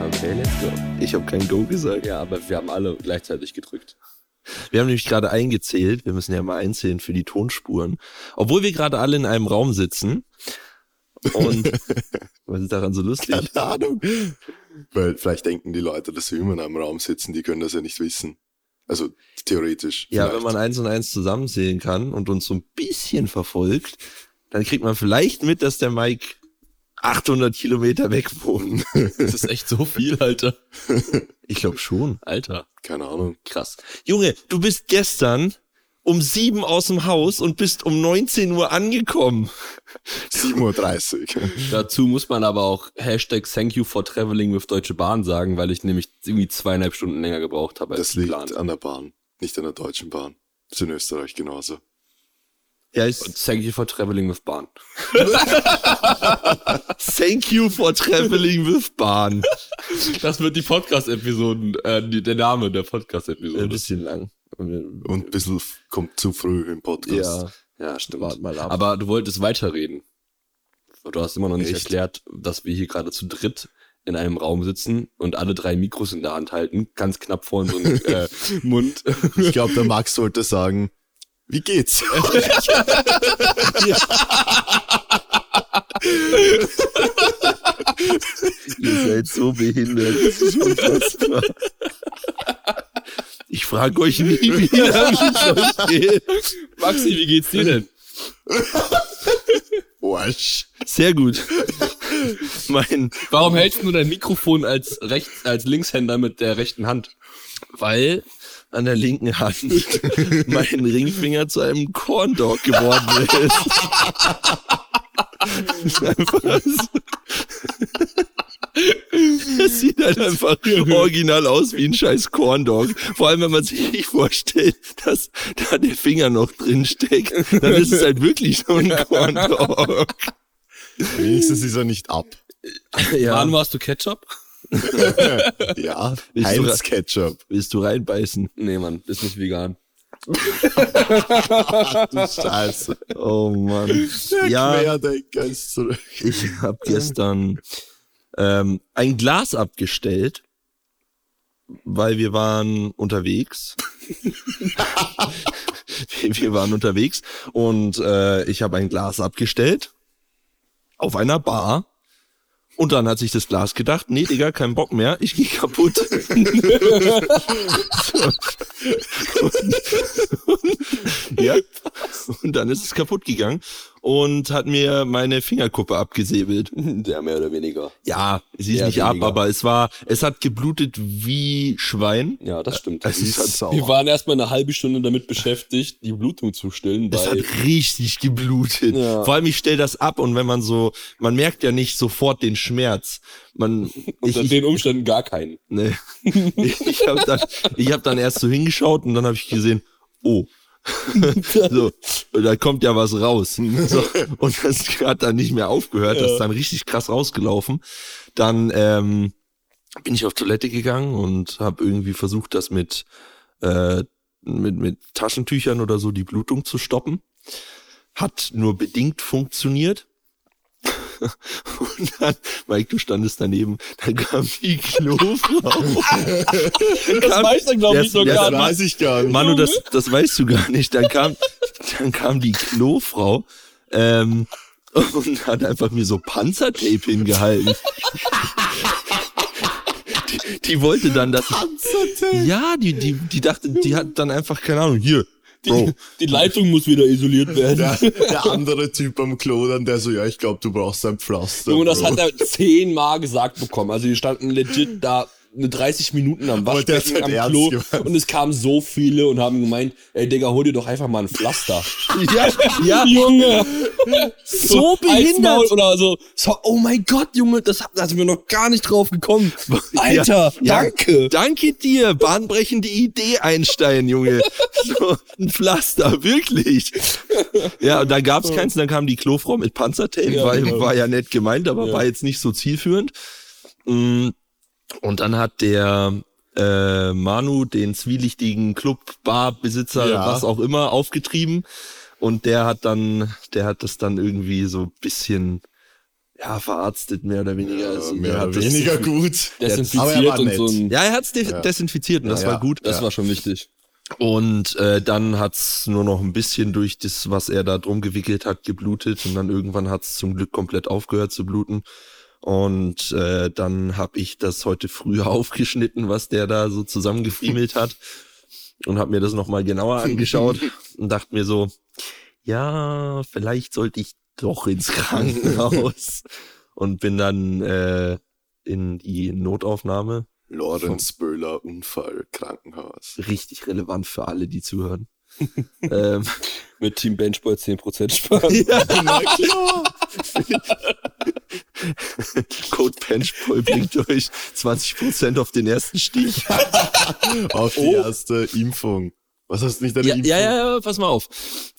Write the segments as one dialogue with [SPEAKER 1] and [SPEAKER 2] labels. [SPEAKER 1] Okay, let's go.
[SPEAKER 2] Ich habe kein Go gesagt.
[SPEAKER 1] Ja, aber wir haben alle gleichzeitig gedrückt.
[SPEAKER 2] Wir haben nämlich gerade eingezählt. Wir müssen ja mal einzählen für die Tonspuren. Obwohl wir gerade alle in einem Raum sitzen. Und was ist daran so lustig?
[SPEAKER 3] Keine Ahnung. Weil vielleicht denken die Leute, dass wir immer in einem Raum sitzen, die können das ja nicht wissen. Also theoretisch.
[SPEAKER 2] Ja,
[SPEAKER 3] vielleicht.
[SPEAKER 2] wenn man eins und eins zusammenzählen kann und uns so ein bisschen verfolgt, dann kriegt man vielleicht mit, dass der Mike 800 Kilometer weg wohnt.
[SPEAKER 1] Das ist echt so viel, Alter.
[SPEAKER 2] Ich glaube schon.
[SPEAKER 1] Alter,
[SPEAKER 3] Keine Ahnung.
[SPEAKER 1] krass.
[SPEAKER 2] Oh, Junge, du bist gestern um sieben aus dem Haus und bist um 19 Uhr angekommen.
[SPEAKER 3] 7.30 Uhr.
[SPEAKER 1] Dazu muss man aber auch Hashtag Thank you for traveling with Deutsche Bahn sagen, weil ich nämlich irgendwie zweieinhalb Stunden länger gebraucht habe als
[SPEAKER 3] Das liegt
[SPEAKER 1] geplant.
[SPEAKER 3] an der Bahn, nicht an der Deutschen Bahn. Das ist in Österreich genauso.
[SPEAKER 2] Ja, ist,
[SPEAKER 1] Thank you for traveling with Bahn.
[SPEAKER 2] thank you for traveling with Bahn.
[SPEAKER 1] Das wird die Podcast-Episoden, äh, die- der Name der
[SPEAKER 2] Ein
[SPEAKER 1] Podcast-Episode.
[SPEAKER 2] bisschen lang.
[SPEAKER 3] Und ein bisschen f- kommt zu früh im Podcast.
[SPEAKER 2] Ja,
[SPEAKER 1] Ja, stimmt.
[SPEAKER 2] warte mal ab.
[SPEAKER 1] Aber du wolltest weiterreden. Du hast immer noch nicht
[SPEAKER 3] Echt?
[SPEAKER 1] erklärt, dass wir hier gerade zu dritt in einem Raum sitzen und alle drei Mikros in der Hand halten, ganz knapp vor unserem äh, Mund.
[SPEAKER 3] Ich glaube, der Max sollte sagen, wie geht's?
[SPEAKER 2] Ihr seid so behindert. Das ist unfassbar. Ich frage euch nie wieder, wie es euch geht.
[SPEAKER 1] Maxi, wie geht's dir denn?
[SPEAKER 3] Wasch.
[SPEAKER 2] Sehr gut. Mein,
[SPEAKER 1] Warum hältst du dein Mikrofon als rechts, als Linkshänder mit der rechten Hand?
[SPEAKER 2] weil an der linken Hand mein Ringfinger zu einem Corndog geworden ist. Das ist einfach so. Das sieht halt einfach original aus wie ein scheiß Corndog. Vor allem, wenn man sich nicht vorstellt, dass da der Finger noch drin steckt, dann ist es halt wirklich so ein Corndog.
[SPEAKER 3] Wenigstens ist er nicht ab.
[SPEAKER 1] Wann
[SPEAKER 2] Ja.
[SPEAKER 1] warst du Ketchup?
[SPEAKER 3] Ja,
[SPEAKER 2] Nicht so
[SPEAKER 3] Heinz Ketchup.
[SPEAKER 2] Willst du reinbeißen?
[SPEAKER 1] Nee, Mann, ist nicht vegan.
[SPEAKER 2] Ah.
[SPEAKER 3] Du Scheiße.
[SPEAKER 2] Oh Mann.
[SPEAKER 3] Der
[SPEAKER 2] Ja.
[SPEAKER 3] Querdenker ist zurück.
[SPEAKER 2] Ich habe gestern ähm, ein Glas abgestellt, weil wir waren unterwegs. wir, wir waren unterwegs und äh, ich habe ein Glas abgestellt auf einer Bar. Und dann hat sich das Glas gedacht, nee, Digga, kein Bock mehr, ich gehe kaputt. Ja. Und dann ist es kaputt gegangen und hat mir meine Fingerkuppe abgesäbelt.
[SPEAKER 1] Der mehr oder weniger.
[SPEAKER 2] Ja, sie ist
[SPEAKER 1] Ja,
[SPEAKER 2] nicht ab,
[SPEAKER 1] weniger.
[SPEAKER 2] aber es war, es hat geblutet wie Schwein.
[SPEAKER 1] Ja, das stimmt.
[SPEAKER 2] Es ist halt
[SPEAKER 1] wir
[SPEAKER 2] sauer.
[SPEAKER 1] waren erstmal eine halbe Stunde damit beschäftigt, die Blutung zu stillen.
[SPEAKER 2] Es hat
[SPEAKER 1] Weil
[SPEAKER 2] richtig geblutet.
[SPEAKER 1] Ja.
[SPEAKER 2] Vor allem, ich stell das ab und wenn man so, man merkt ja nicht sofort den Schmerz. Man, ich,
[SPEAKER 1] unter
[SPEAKER 2] ich,
[SPEAKER 1] den Umständen gar keinen.
[SPEAKER 2] nee. ich habe dann, ich hab dann erst so hingeschaut und dann habe ich gesehen, oh. so, da kommt ja was raus. So, und das hat dann nicht mehr aufgehört, das ist dann richtig krass rausgelaufen. Dann ähm, bin ich auf Toilette gegangen und habe irgendwie versucht, das mit, äh, mit, mit Taschentüchern oder so die Blutung zu stoppen. Hat nur bedingt funktioniert. Und dann, Mike, du standest daneben, dann kam die Klofrau.
[SPEAKER 1] Das weiß er, glaube
[SPEAKER 2] Der ist-
[SPEAKER 1] ich,
[SPEAKER 2] der ist
[SPEAKER 1] sogar.
[SPEAKER 3] Das
[SPEAKER 2] Ja,
[SPEAKER 3] weiß ich gar nicht.
[SPEAKER 2] Manu, das, das weißt du gar nicht. Dann kam, dann kam die Klofrau ähm, und hat einfach mir so Panzertape hingehalten. Die, die wollte dann, dass ich, ja, die, die, die dachte, die hat dann einfach keine Ahnung. Hier, Bro,
[SPEAKER 1] Die, die Leitung muss wieder isoliert werden.
[SPEAKER 3] Der, der andere Typ am Klo, dann der so, ja, ich glaube, du brauchst ein Pflaster.
[SPEAKER 1] Junge, das
[SPEAKER 3] Bro.
[SPEAKER 1] hat er zehnmal gesagt bekommen. Also die standen legit da eine 30 Minuten am
[SPEAKER 3] Aber der ist
[SPEAKER 1] Waschbecken, am
[SPEAKER 3] halt
[SPEAKER 1] Klo
[SPEAKER 3] ernst gemeint.
[SPEAKER 1] und es kamen so viele und haben gemeint, ey Digga, hol dir doch einfach mal ein Pflaster.
[SPEAKER 2] ja, ja,
[SPEAKER 1] Junge,
[SPEAKER 2] so
[SPEAKER 1] eins Maul
[SPEAKER 2] behindert.
[SPEAKER 1] oder so. so. Oh mein Gott, Junge, das hat- da sind wir noch gar nicht drauf gekommen. Alter,
[SPEAKER 2] Ja, ja.
[SPEAKER 1] danke.
[SPEAKER 2] Danke dir, bahnbrechende Idee, Einstein, Junge. So, ein Pflaster, wirklich. Ja, und dann gab's keins, und dann kam die Klofrau mit Panzertape,
[SPEAKER 1] Ja,
[SPEAKER 2] war,
[SPEAKER 1] genau.
[SPEAKER 2] war ja nett gemeint, aber
[SPEAKER 1] Ja.
[SPEAKER 2] war jetzt nicht so zielführend. Mm, Und dann hat der äh, Manu den zwielichtigen Club, Barbesitzer,
[SPEAKER 3] Ja.
[SPEAKER 2] was auch immer, aufgetrieben. Und der hat dann, der hat das dann irgendwie so ein bisschen ja, verarztet mehr oder weniger. Also,
[SPEAKER 3] mehr
[SPEAKER 2] der hat
[SPEAKER 3] oder
[SPEAKER 2] das-
[SPEAKER 3] weniger gut. Aber er
[SPEAKER 4] Desinfiziert
[SPEAKER 3] war
[SPEAKER 4] und
[SPEAKER 3] nett.
[SPEAKER 4] so ein,
[SPEAKER 2] Ja, er hat's de
[SPEAKER 3] Ja.
[SPEAKER 2] desinfiziert und das
[SPEAKER 3] Ja,
[SPEAKER 2] war
[SPEAKER 3] ja.
[SPEAKER 2] gut.
[SPEAKER 4] Das war schon wichtig.
[SPEAKER 2] Und äh, dann hat's nur noch ein bisschen durch das, was er da drum gewickelt hat, geblutet. Und dann irgendwann hat's zum Glück komplett aufgehört zu bluten. Und äh, dann habe ich das heute früh aufgeschnitten, was der da so zusammengefriemelt hat. Und habe mir das nochmal genauer angeschaut und dachte mir so, ja, vielleicht sollte ich doch ins Krankenhaus. Und bin dann äh, in die Notaufnahme.
[SPEAKER 3] Lorenz Böhler Unfall Krankenhaus.
[SPEAKER 2] Richtig relevant für alle, die zuhören. ähm,
[SPEAKER 4] Mit Team Benchboy 10% sparen.
[SPEAKER 3] Na klar.
[SPEAKER 2] Code Benchboy bringt euch 20% auf den ersten Stich.
[SPEAKER 3] Auf die erste Impfung. Was hast du nicht deine
[SPEAKER 2] Oh. Ja,
[SPEAKER 3] Impfung?
[SPEAKER 2] ja, ja, ja, pass mal auf.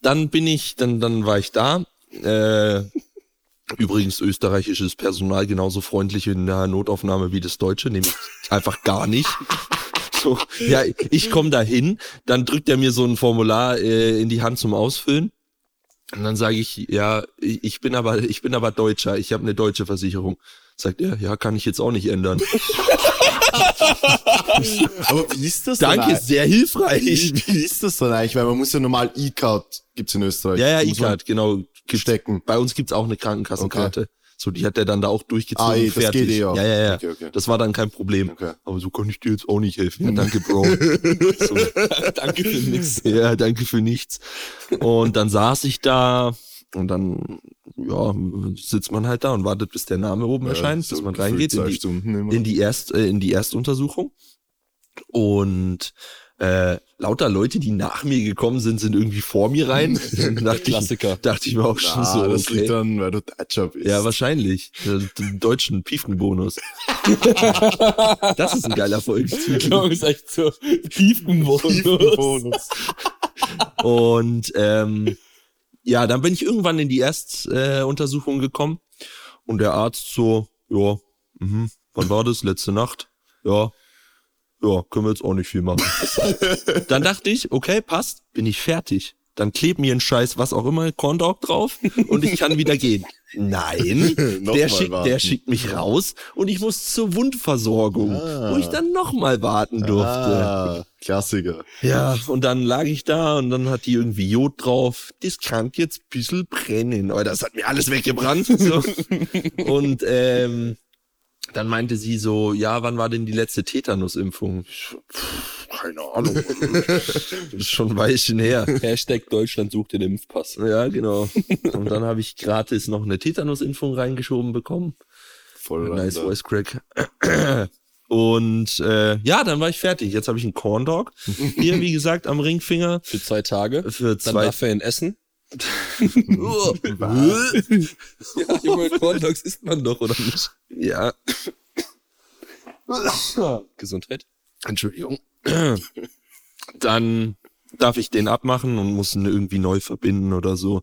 [SPEAKER 2] Dann bin ich, dann, dann war ich da. Äh, übrigens österreichisches Personal genauso freundlich in der Notaufnahme wie das deutsche, nämlich einfach gar nicht. So, ja, ich komme da hin, dann drückt er mir so ein Formular äh, in die Hand zum Ausfüllen. Und dann sage ich, ja, ich ich bin aber, ich bin aber Deutscher, ich habe eine deutsche Versicherung. Sagt er, ja, kann ich jetzt auch nicht ändern.
[SPEAKER 3] Aber wie ist das denn?
[SPEAKER 2] Danke,
[SPEAKER 3] eigentlich?
[SPEAKER 2] sehr hilfreich.
[SPEAKER 3] Wie, wie ist das denn eigentlich? Weil man muss ja normal E-Card gibt's in Österreich.
[SPEAKER 2] Ja, ja,
[SPEAKER 3] Muss man
[SPEAKER 2] E-Card, genau. Gibt's.
[SPEAKER 3] Stecken.
[SPEAKER 2] Bei uns gibt's auch eine Krankenkassenkarte. So, die hat er dann da auch durchgezogen.
[SPEAKER 3] Ah, eh, das
[SPEAKER 2] fertig.
[SPEAKER 3] geht eh
[SPEAKER 2] ja.
[SPEAKER 3] auch.
[SPEAKER 2] Ja, ja,
[SPEAKER 3] Okay, okay.
[SPEAKER 2] Das war dann kein Problem.
[SPEAKER 3] Okay.
[SPEAKER 2] Aber so kann ich dir jetzt auch nicht helfen. Ja, danke, Bro. so.
[SPEAKER 4] Danke für nichts.
[SPEAKER 2] Ja, danke für nichts. Und dann saß ich da und dann, ja, sitzt man halt da und wartet, bis der Name oben erscheint,
[SPEAKER 3] so
[SPEAKER 2] bis man
[SPEAKER 3] gefühlt
[SPEAKER 2] reingeht in
[SPEAKER 3] Zwei
[SPEAKER 2] die,
[SPEAKER 3] Stunden immer.
[SPEAKER 2] in die, Erst, äh, in die Erstuntersuchung. Und äh, lauter Leute, die nach mir gekommen sind, sind irgendwie vor mir rein. Dann dachte,
[SPEAKER 4] Klassiker.
[SPEAKER 2] Ich, dachte ich mir auch schon
[SPEAKER 3] ah,
[SPEAKER 2] so.
[SPEAKER 3] das
[SPEAKER 2] okay.
[SPEAKER 3] liegt dann, weil du Deutscher bist.
[SPEAKER 2] Ja, wahrscheinlich. Den deutschen Piefenbonus. das ist ein geiler
[SPEAKER 4] Ich
[SPEAKER 2] Folgentitel.
[SPEAKER 4] glaube, es ist echt so Tiefenbonus.
[SPEAKER 3] Bonus.
[SPEAKER 2] Und ähm, ja, dann bin ich irgendwann in die Erstuntersuchung äh, Untersuchung gekommen und der Arzt so, ja, mhm, wann war das? Letzte Nacht? Ja, ja, können wir jetzt auch nicht viel machen. dann dachte ich, okay, passt, bin ich fertig. Dann kleb mir ein Scheiß, was auch immer, Corndog drauf und ich kann wieder gehen. Nein, der
[SPEAKER 3] Nochmal
[SPEAKER 2] schickt, der
[SPEAKER 3] warten.
[SPEAKER 2] schickt mich raus und ich muss zur Wundversorgung,
[SPEAKER 3] Ah.
[SPEAKER 2] wo ich dann nochmal warten durfte.
[SPEAKER 3] Ah, Klassiker.
[SPEAKER 2] Ja, und dann lag ich da und dann hat die irgendwie Jod drauf. Das kann jetzt ein bisschen brennen. Aber das hat mir alles weggebrannt. So. und ähm, dann meinte sie so, ja, wann war denn die letzte Tetanusimpfung? Ich so, pff, Keine Ahnung. das ist schon ein Weilchen her.
[SPEAKER 4] Hashtag Deutschland sucht den Impfpass.
[SPEAKER 2] Ja, genau. Und dann habe ich gratis noch eine Tetanusimpfung reingeschoben bekommen.
[SPEAKER 3] Voll
[SPEAKER 2] Nice
[SPEAKER 3] random.
[SPEAKER 2] Voice Crack. Und äh, ja, dann war ich fertig. Jetzt habe ich einen Corn Dog. Hier, wie gesagt, am Ringfinger
[SPEAKER 4] Für zwei Tage.
[SPEAKER 2] für
[SPEAKER 4] Dann
[SPEAKER 2] zwei.
[SPEAKER 4] darf er ihn essen.
[SPEAKER 2] Hm. Uah.
[SPEAKER 4] Ja, Junge, Corn Dogs isst man doch, oder nicht?
[SPEAKER 2] ja,
[SPEAKER 4] Gesundheit.
[SPEAKER 2] Entschuldigung. Dann darf ich den abmachen und muss ihn irgendwie neu verbinden oder so.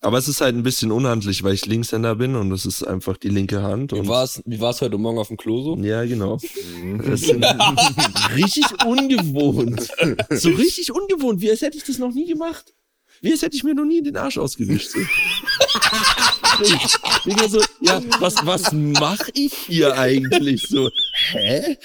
[SPEAKER 2] Aber es ist halt ein bisschen unhandlich, weil ich Linkshänder bin und das ist einfach die linke Hand.
[SPEAKER 4] Wie
[SPEAKER 2] Und
[SPEAKER 4] war's, wie war's heute Morgen auf dem Klo so?
[SPEAKER 2] Ja, genau. Das ist richtig ungewohnt. So richtig ungewohnt, wie als hätte ich das noch nie gemacht. Wie als hätte ich mir noch nie den Arsch ausgewischt. So. Ich bin so, ja, was, was mache ich hier eigentlich so? Hä?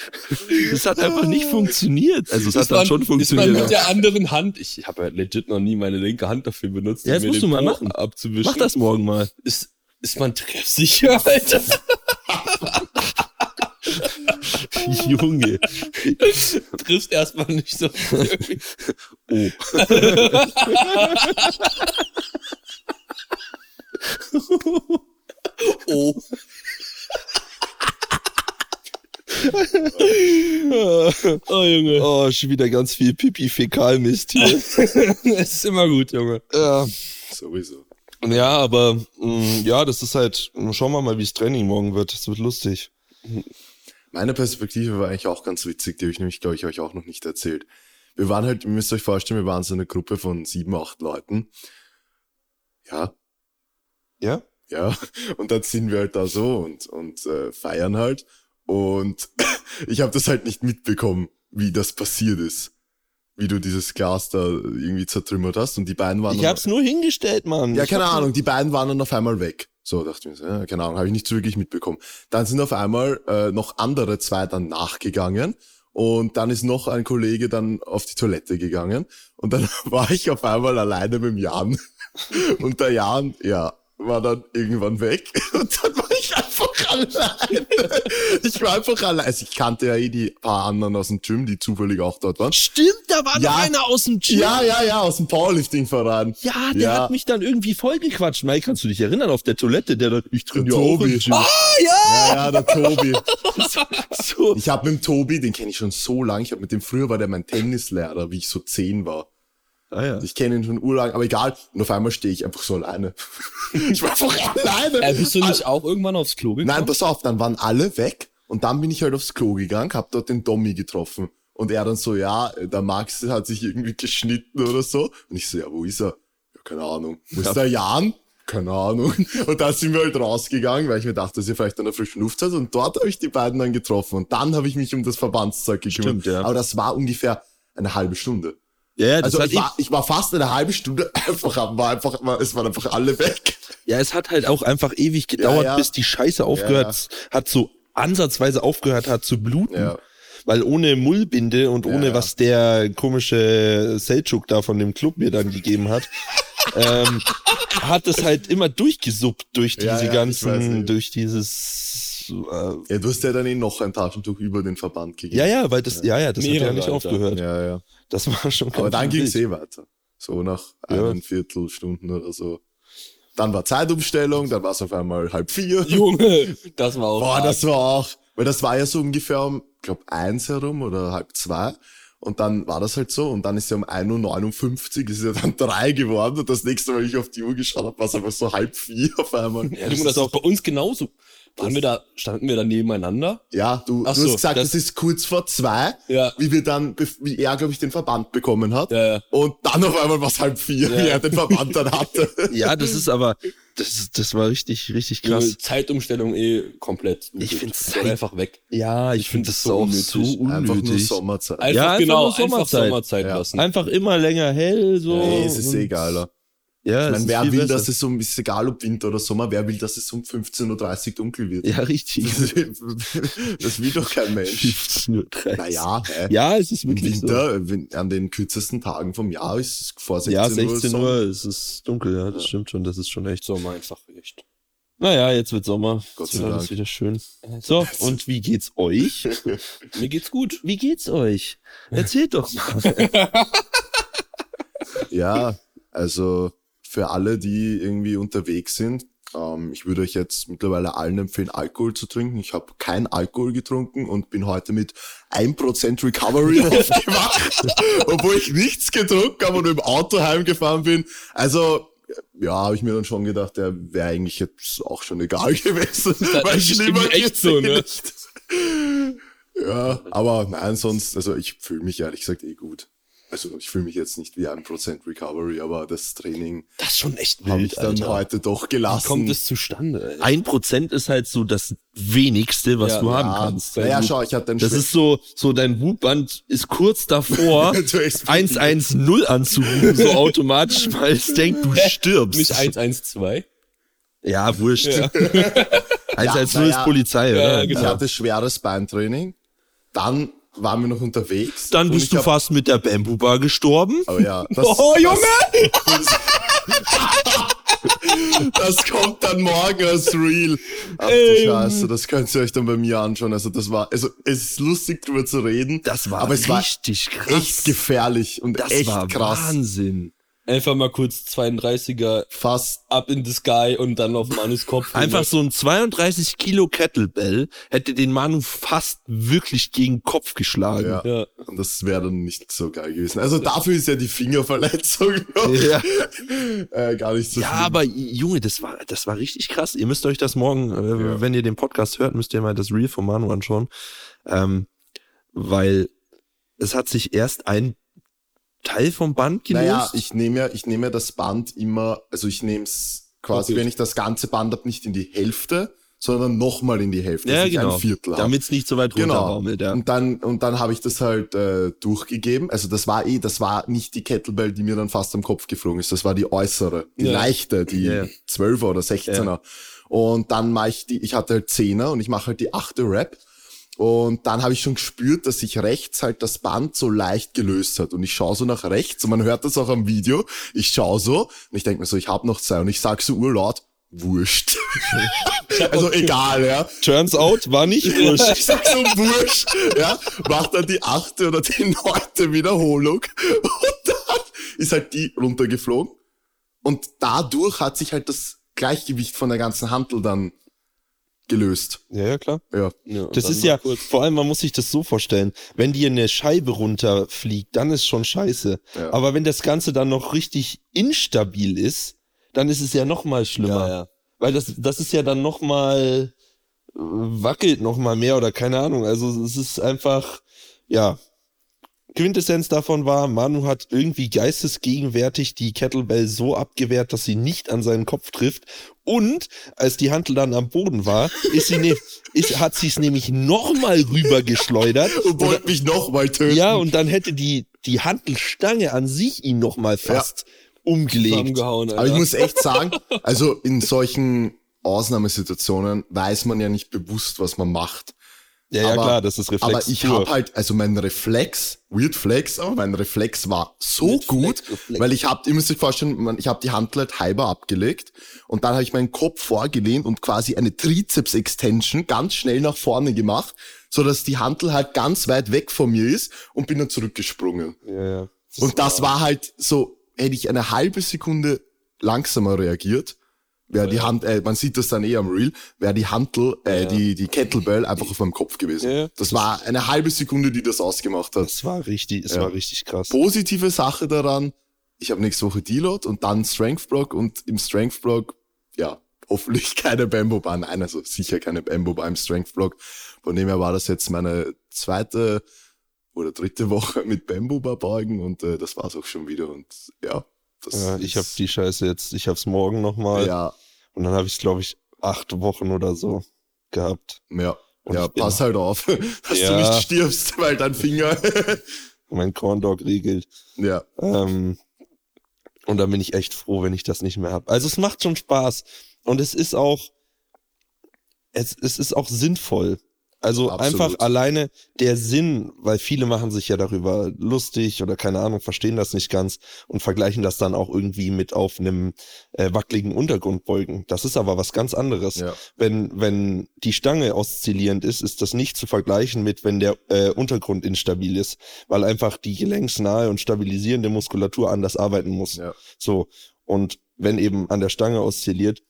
[SPEAKER 2] Das hat einfach nicht funktioniert. Also es hat
[SPEAKER 4] Ist
[SPEAKER 2] dann
[SPEAKER 4] man-
[SPEAKER 2] schon
[SPEAKER 4] Ist man mit
[SPEAKER 2] funktioniert.
[SPEAKER 4] der anderen Hand. Ich habe ja legit noch nie meine linke Hand dafür benutzt, um
[SPEAKER 2] Ja, das musst
[SPEAKER 4] den
[SPEAKER 2] du
[SPEAKER 4] Po
[SPEAKER 2] mal machen.
[SPEAKER 4] abzuwischen.
[SPEAKER 2] Mach das morgen mal.
[SPEAKER 4] Ist, ist man treffsicher, Alter?
[SPEAKER 2] Junge.
[SPEAKER 4] Triffst erstmal nicht so.
[SPEAKER 2] Oh.
[SPEAKER 4] Oh. oh, Junge.
[SPEAKER 2] Oh, schon wieder ganz viel Pipi-Fäkalmist hier.
[SPEAKER 4] Es ist immer gut, Junge.
[SPEAKER 2] ja.
[SPEAKER 3] Sowieso.
[SPEAKER 2] Ja, aber mh, ja, das ist halt, schauen wir mal, wie das Training morgen wird. Das wird lustig.
[SPEAKER 3] Meine Perspektive war eigentlich auch ganz witzig, die habe ich nämlich, glaube ich, euch auch noch nicht erzählt. Wir waren halt, ihr müsst euch vorstellen, wir waren so eine Gruppe von sieben, acht Leuten. Ja,
[SPEAKER 2] Ja?
[SPEAKER 3] ja. Und dann sind wir halt da so und, und äh, feiern halt. Und ich habe das halt nicht mitbekommen, wie das passiert ist. Wie du dieses Glas da irgendwie zertrümmert hast. Und die beiden waren.
[SPEAKER 2] Ich
[SPEAKER 3] dann-
[SPEAKER 2] hab's nur hingestellt, Mann.
[SPEAKER 3] ja,
[SPEAKER 2] Ich
[SPEAKER 3] keine
[SPEAKER 2] hab's-
[SPEAKER 3] Ahnung, die beiden waren dann auf einmal weg. So dachte ich mir, so, ja, keine Ahnung, habe ich nicht so wirklich mitbekommen. Dann sind auf einmal äh, noch andere zwei dann nachgegangen und dann ist noch ein Kollege dann auf die Toilette gegangen und dann war ich auf einmal alleine mit dem Jan und der Jan, ja, war dann irgendwann weg und dann war ich einfach alleine. Ich war einfach alleine. Also ich kannte ja eh die paar anderen aus dem Gym, die zufällig auch dort waren.
[SPEAKER 2] Stimmt, da war
[SPEAKER 3] Ja.
[SPEAKER 2] noch einer aus dem Gym.
[SPEAKER 3] Ja, ja, ja, aus dem Powerlifting-Verein.
[SPEAKER 2] Ja, der
[SPEAKER 3] Ja.
[SPEAKER 2] hat mich dann irgendwie vollgequatscht. Mike, kannst du dich erinnern auf der Toilette, der dann, ich trainiere auch
[SPEAKER 3] Tobi.
[SPEAKER 2] im Gym.
[SPEAKER 3] Ah, Ja, ja, der Tobi.
[SPEAKER 2] so.
[SPEAKER 3] Ich habe mit dem Tobi, den kenne ich schon so lange. Ich habe mit dem früher war der mein Tennislehrer, wie ich so zehn war.
[SPEAKER 2] Ah, ja.
[SPEAKER 3] Ich kenne ihn schon urlang, aber egal. Und auf einmal stehe ich einfach so alleine. ich war einfach alleine.
[SPEAKER 1] Äh, bist du nicht auch irgendwann aufs Klo gekommen?
[SPEAKER 3] Nein, pass auf, dann waren alle weg und dann bin ich halt aufs Klo gegangen, hab dort den Tommy getroffen. Und er dann so, ja, der Max hat sich irgendwie geschnitten oder so. Und ich so, ja, wo ist er? Ja, keine Ahnung. Wo ist der Jan? Keine Ahnung. Und da sind wir halt rausgegangen, weil ich mir dachte, dass ihr vielleicht an der frischen Luft seid. Und dort habe ich die beiden dann getroffen. Und dann habe ich mich um das Verbandszeug gekümmert.
[SPEAKER 2] Stimmt, ja.
[SPEAKER 3] Aber das war ungefähr eine halbe Stunde.
[SPEAKER 2] ja, ja, das
[SPEAKER 3] Also
[SPEAKER 2] hat
[SPEAKER 3] ich war, ich war fast eine halbe Stunde einfach, am- war einfach, war, es waren einfach alle weg.
[SPEAKER 2] Ja, es hat halt auch einfach ewig gedauert,
[SPEAKER 3] Ja, ja.
[SPEAKER 2] bis die Scheiße aufgehört hat, so ansatzweise aufgehört hat zu bluten.
[SPEAKER 3] Ja.
[SPEAKER 2] Weil ohne Mullbinde und ohne
[SPEAKER 3] ja.
[SPEAKER 2] was der komische Seltschuk da von dem Club mir dann gegeben hat, ähm, hat es halt immer durchgesuppt durch diese
[SPEAKER 3] Ja, ja, ich weiß
[SPEAKER 2] ganzen,
[SPEAKER 3] nicht.
[SPEAKER 2] durch dieses. Äh,
[SPEAKER 3] Ja, du hast ja dann eh noch ein Taschentuch über den Verband gegeben.
[SPEAKER 2] ja, ja, weil das, ja, ja, das hat ja
[SPEAKER 1] Mehrere,
[SPEAKER 2] nicht
[SPEAKER 1] Alter.
[SPEAKER 2] aufgehört.
[SPEAKER 3] Ja, ja.
[SPEAKER 2] Das war schon
[SPEAKER 3] Aber
[SPEAKER 2] ganz
[SPEAKER 3] dann ging es
[SPEAKER 2] wild.
[SPEAKER 3] eh weiter. So nach
[SPEAKER 2] Ja.
[SPEAKER 3] einem Viertelstunden oder so. Dann war Zeitumstellung, dann war es auf einmal halb vier.
[SPEAKER 1] Junge, das war auch.
[SPEAKER 3] Boah,
[SPEAKER 1] hart.
[SPEAKER 3] das war auch, weil das war ja so ungefähr um, glaub, eins herum oder halb zwei. Und dann war das halt so. Und dann ist ja um 1.59 Uhr, ist ja dann drei geworden. Und das nächste Mal, wenn ich auf die Uhr geschaut habe, war es einfach so halb vier auf einmal.
[SPEAKER 1] Ja, Junge, das ist auch bei uns genauso. Waren wir da, standen wir da nebeneinander?
[SPEAKER 3] Ja, du,
[SPEAKER 1] Ach
[SPEAKER 3] du
[SPEAKER 1] so,
[SPEAKER 3] hast gesagt,
[SPEAKER 1] das-
[SPEAKER 3] es ist kurz vor zwei,
[SPEAKER 1] Ja.
[SPEAKER 3] wie wir dann, bef- wie er, glaube ich, den Verband bekommen hat.
[SPEAKER 1] Ja, ja.
[SPEAKER 3] Und dann auf einmal war es halb vier, wie er den Verband dann hatte.
[SPEAKER 2] Ja, das ist aber, das, das war richtig, richtig
[SPEAKER 1] Junge,
[SPEAKER 2] krass.
[SPEAKER 1] Äh, Zeitumstellung eh komplett. unnötig.
[SPEAKER 2] find's
[SPEAKER 1] Soll
[SPEAKER 2] Zeit-
[SPEAKER 1] einfach weg.
[SPEAKER 2] Ja, ich, finde
[SPEAKER 1] find
[SPEAKER 2] das
[SPEAKER 1] das so
[SPEAKER 2] auch
[SPEAKER 1] unnötig.
[SPEAKER 2] so unnötig. Also,
[SPEAKER 3] Einfach nur Sommerzeit.
[SPEAKER 1] Einfach
[SPEAKER 2] Ja, einfach
[SPEAKER 1] genau,
[SPEAKER 2] nur Sommerzeit.
[SPEAKER 1] einfach Sommerzeit
[SPEAKER 3] Ja.
[SPEAKER 1] lassen.
[SPEAKER 2] Einfach immer länger hell, so.
[SPEAKER 3] Nee, es ist
[SPEAKER 2] und-
[SPEAKER 3] eh geiler.
[SPEAKER 2] Ja,
[SPEAKER 3] Ich
[SPEAKER 2] es
[SPEAKER 3] meine,
[SPEAKER 2] ist
[SPEAKER 3] wer
[SPEAKER 2] viel
[SPEAKER 3] will,
[SPEAKER 2] besser.
[SPEAKER 3] dass es um, ist egal ob Winter oder Sommer, wer will, dass es um 15.30 Uhr dunkel wird?
[SPEAKER 2] Ja, richtig.
[SPEAKER 3] das will doch kein Mensch.
[SPEAKER 2] 15.30
[SPEAKER 3] Naja, hä?
[SPEAKER 2] Ja, es ist
[SPEAKER 3] im
[SPEAKER 2] wirklich so.
[SPEAKER 3] Winter, wenn- an den kürzesten Tagen vom Jahr ist es vor 16
[SPEAKER 2] Ja,
[SPEAKER 3] Uhr.
[SPEAKER 2] 16
[SPEAKER 3] Sommer.
[SPEAKER 2] Uhr, es ist dunkel, ja, das stimmt schon, das ist schon echt so.
[SPEAKER 1] Sommer einfach echt.
[SPEAKER 2] Naja, jetzt wird Sommer.
[SPEAKER 3] Gott
[SPEAKER 2] Jetzt wird
[SPEAKER 3] sei
[SPEAKER 2] alles
[SPEAKER 3] Dank.
[SPEAKER 2] wieder schön. So, und wie geht's euch?
[SPEAKER 1] Mir geht's gut.
[SPEAKER 2] Wie geht's euch? Erzählt doch mal.
[SPEAKER 3] Ja, also für alle, die irgendwie unterwegs sind, ähm, ich würde euch jetzt mittlerweile allen empfehlen, Alkohol zu trinken. Ich habe kein Alkohol getrunken und bin heute mit 1% Recovery aufgewacht, obwohl ich nichts getrunken habe und mit dem Auto heimgefahren bin. Also ja, habe ich mir dann schon gedacht, der wäre eigentlich jetzt auch schon egal gewesen,
[SPEAKER 1] halt
[SPEAKER 3] weil ich
[SPEAKER 1] echt-
[SPEAKER 3] schlimmer
[SPEAKER 1] echt so, ne?
[SPEAKER 3] nicht. Ja, aber nein, sonst, also ich fühle mich ehrlich gesagt eh gut. Also ich fühle mich jetzt nicht wie 1% Recovery, aber das Training
[SPEAKER 1] Das ist schon echt
[SPEAKER 3] habe ich dann heute doch gelassen.
[SPEAKER 1] Kommt es zustande? Alter?
[SPEAKER 2] Ein Prozent ist halt so das wenigste, was
[SPEAKER 1] Ja,
[SPEAKER 2] du haben
[SPEAKER 3] Ah, ja,
[SPEAKER 2] kannst.
[SPEAKER 3] naja, schau, ich hatte einen
[SPEAKER 2] Das
[SPEAKER 3] schwer-
[SPEAKER 2] ist so, so dein Wutband ist kurz davor,
[SPEAKER 3] Zu explodieren.
[SPEAKER 2] 110 anzurufen, so automatisch, weil es denkt, du stirbst.
[SPEAKER 1] Nicht 112?
[SPEAKER 2] Ja, wurscht. 110
[SPEAKER 3] Ja,
[SPEAKER 2] ist
[SPEAKER 3] naja.
[SPEAKER 2] Polizei,
[SPEAKER 1] Ja,
[SPEAKER 2] oder?
[SPEAKER 1] ja, genau.
[SPEAKER 3] Ich hatte schweres Beintraining. Dann waren wir noch unterwegs.
[SPEAKER 2] Dann
[SPEAKER 3] Und
[SPEAKER 2] bist
[SPEAKER 3] ich
[SPEAKER 2] du
[SPEAKER 3] hab-
[SPEAKER 2] fast mit der Bamboo Bar gestorben.
[SPEAKER 3] Aber ja, das,
[SPEAKER 1] Oh, Junge!
[SPEAKER 3] das kommt dann morgen als Real. Ach du
[SPEAKER 2] Ähm.
[SPEAKER 3] Scheiße, das könnt ihr euch dann bei mir anschauen. Also das war, also es ist lustig drüber zu reden. aber es war
[SPEAKER 2] richtig
[SPEAKER 3] echt gefährlich und
[SPEAKER 2] Das
[SPEAKER 3] echt
[SPEAKER 2] war
[SPEAKER 3] krass.
[SPEAKER 2] Wahnsinn.
[SPEAKER 1] Einfach mal kurz 32er
[SPEAKER 3] Fast
[SPEAKER 1] up in the sky und dann auf Manus Kopf.
[SPEAKER 2] Einfach so ein 32 Kilo Kettlebell hätte den Manu fast wirklich gegen den Kopf geschlagen.
[SPEAKER 3] Ja.
[SPEAKER 1] Ja.
[SPEAKER 3] Und das wäre dann nicht so geil gewesen. Also dafür ist ja die Fingerverletzung noch
[SPEAKER 2] Ja.
[SPEAKER 3] äh, gar nicht so
[SPEAKER 2] Ja,
[SPEAKER 3] schlimm.
[SPEAKER 2] aber Junge, das war, das war richtig krass. Ihr müsst euch das morgen, äh,
[SPEAKER 3] Ja.
[SPEAKER 2] wenn ihr den Podcast hört, müsst ihr mal das Reel von Manu anschauen. Ähm, weil es hat sich erst ein Teil vom Band gelöst.
[SPEAKER 3] Naja, ich nehme ja, ich nehme ja das Band immer, also ich nehme es quasi,
[SPEAKER 1] Okay.
[SPEAKER 3] wenn ich das ganze Band habe, nicht in die Hälfte, sondern nochmal in die Hälfte,
[SPEAKER 2] ja,
[SPEAKER 3] dass ich
[SPEAKER 2] genau.
[SPEAKER 3] ein Viertel habe.
[SPEAKER 2] Damit es nicht so weit runterraumelt,
[SPEAKER 3] Genau.
[SPEAKER 2] ja.
[SPEAKER 3] Und dann, und dann habe ich das halt äh, durchgegeben. Also das war eh, das war nicht die Kettlebell, die mir dann fast am Kopf geflogen ist. Das war die äußere, die
[SPEAKER 1] Ja.
[SPEAKER 3] leichte, die
[SPEAKER 2] Ja, ja.
[SPEAKER 3] 12er oder 16er. Und dann mache ich die, ich hatte halt 10er und ich mache halt die achte Rap. Und dann habe ich schon gespürt, dass sich rechts halt das Band so leicht gelöst hat. Und ich schaue so nach rechts und man hört das auch am Video. Ich schaue so und ich denke mir so, ich habe noch zwei. Und ich sage so urlaut, wurscht. also egal, ja.
[SPEAKER 2] Turns out, war nicht wurscht.
[SPEAKER 3] Ich sag so, wurscht, ja, macht dann die achte oder die neunte Wiederholung und dann ist halt die runtergeflogen und dadurch hat sich halt das Gleichgewicht von der ganzen Hantel dann gelöst.
[SPEAKER 2] ja, ja, klar.
[SPEAKER 3] Ja,
[SPEAKER 4] Ja, und
[SPEAKER 2] Das
[SPEAKER 4] dann
[SPEAKER 2] ist ja,
[SPEAKER 4] mal kurz-
[SPEAKER 2] vor allem, man muss sich das so vorstellen, wenn dir eine Scheibe runterfliegt, dann ist schon scheiße.
[SPEAKER 3] Ja.
[SPEAKER 2] Aber wenn das Ganze dann noch richtig instabil ist, dann ist es ja noch mal schlimmer.
[SPEAKER 4] Ja, ja.
[SPEAKER 2] Weil das, das ist ja dann noch mal, äh, wackelt noch mal mehr oder keine Ahnung. Also es ist einfach, ja. Quintessenz davon war, Manu hat irgendwie geistesgegenwärtig die Kettlebell so abgewehrt, dass sie nicht an seinen Kopf trifft. Und als die Hantel dann am Boden war, ist sie ne, ist, hat sie es nämlich nochmal rübergeschleudert.
[SPEAKER 3] und wollte mich nochmal töten.
[SPEAKER 2] Ja, und dann hätte die, die Hantelstange an sich ihn nochmal fast umgelegt.
[SPEAKER 4] zusammengehauen,
[SPEAKER 3] Aber ich
[SPEAKER 4] Alter.
[SPEAKER 3] muss echt sagen, also in solchen Ausnahmesituationen weiß man ja nicht bewusst, was man macht.
[SPEAKER 2] Ja, ja,
[SPEAKER 3] Aber-
[SPEAKER 2] klar, das ist Reflex.
[SPEAKER 3] Aber ich
[SPEAKER 2] pur.
[SPEAKER 3] habe halt, also mein Reflex, Weird Flex, aber mein Reflex war so gut, weil ich habe, ihr müsst euch vorstellen, man- ich habe die Hand halt halber abgelegt und dann habe ich meinen Kopf vorgelehnt und quasi eine Trizeps-Extension ganz schnell nach vorne gemacht, so dass die Hantel halt ganz weit weg von mir ist und bin dann zurückgesprungen.
[SPEAKER 2] Ja, ja.
[SPEAKER 3] Und das war halt so, hätte ich eine halbe Sekunde langsamer reagiert, wäre die Hand, äh, man sieht das dann eh am Reel, wäre die Hantel, äh, die, die Kettlebell einfach auf meinem Kopf gewesen.
[SPEAKER 2] Ja.
[SPEAKER 3] Das war eine halbe Sekunde, die das ausgemacht hat.
[SPEAKER 2] Das war richtig, es
[SPEAKER 3] Ja.
[SPEAKER 2] war richtig krass.
[SPEAKER 3] Positive Sache daran, ich habe nächste Woche Deload und dann Strength Block und im Strength Block, ja, hoffentlich keine Bambo Bar. Nein, also sicher keine Bambo Bar im Strength Block. Von dem her war das jetzt meine zweite oder dritte Woche mit Bambo Bar beugen und äh, das war's auch schon wieder und ja, das
[SPEAKER 2] Ja, ich habe
[SPEAKER 3] ist-
[SPEAKER 2] die Scheiße jetzt, ich hab's morgen nochmal.
[SPEAKER 3] ja,
[SPEAKER 2] Und dann habe ich es, glaube ich, acht Wochen oder so gehabt.
[SPEAKER 3] ja.
[SPEAKER 2] Und
[SPEAKER 3] ja,
[SPEAKER 2] ich bin-
[SPEAKER 3] pass halt auf, dass
[SPEAKER 2] Ja.
[SPEAKER 3] du nicht stirbst, weil dein Finger.
[SPEAKER 2] Mein Corndog regelt.
[SPEAKER 3] ja,
[SPEAKER 2] Ähm, und dann bin ich echt froh, wenn ich das nicht mehr habe. Also es macht schon Spaß. Und es ist auch, es, es ist auch sinnvoll. Also
[SPEAKER 3] Absolut.
[SPEAKER 2] einfach alleine der Sinn, weil viele machen sich ja darüber lustig oder keine Ahnung, verstehen das nicht ganz und vergleichen das dann auch irgendwie mit auf einem äh, wackeligen Untergrundbeugen. Das ist aber was ganz anderes.
[SPEAKER 3] ja,
[SPEAKER 2] wenn, wenn die Stange oszillierend ist, ist das nicht zu vergleichen mit, wenn der äh, Untergrund instabil ist, weil einfach die gelenksnahe und stabilisierende Muskulatur anders arbeiten muss.
[SPEAKER 3] Ja.
[SPEAKER 2] So. Und wenn eben an der Stange oszilliert,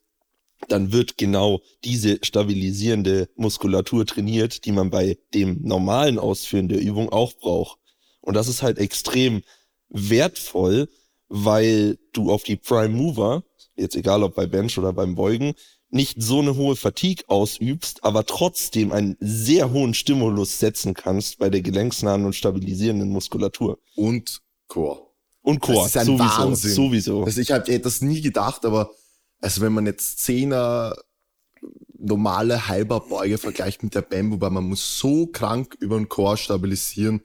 [SPEAKER 2] dann wird genau diese stabilisierende Muskulatur trainiert, die man bei dem normalen Ausführen der Übung auch braucht. Und das ist halt extrem wertvoll, weil du auf die Prime Mover, jetzt egal ob bei Bench oder beim Beugen, nicht so eine hohe Fatigue ausübst, aber trotzdem einen sehr hohen Stimulus setzen kannst bei der gelenksnahen und stabilisierenden Muskulatur.
[SPEAKER 3] und Core.
[SPEAKER 2] Und Core,
[SPEAKER 3] Das ist ein
[SPEAKER 2] sowieso,
[SPEAKER 3] Wahnsinn.
[SPEAKER 2] sowieso.
[SPEAKER 3] Also ich habe das nie gedacht, aber also wenn man jetzt Zehner normale Halberbeuge vergleicht mit der Bambu, weil man muss so krank über den Chor stabilisieren,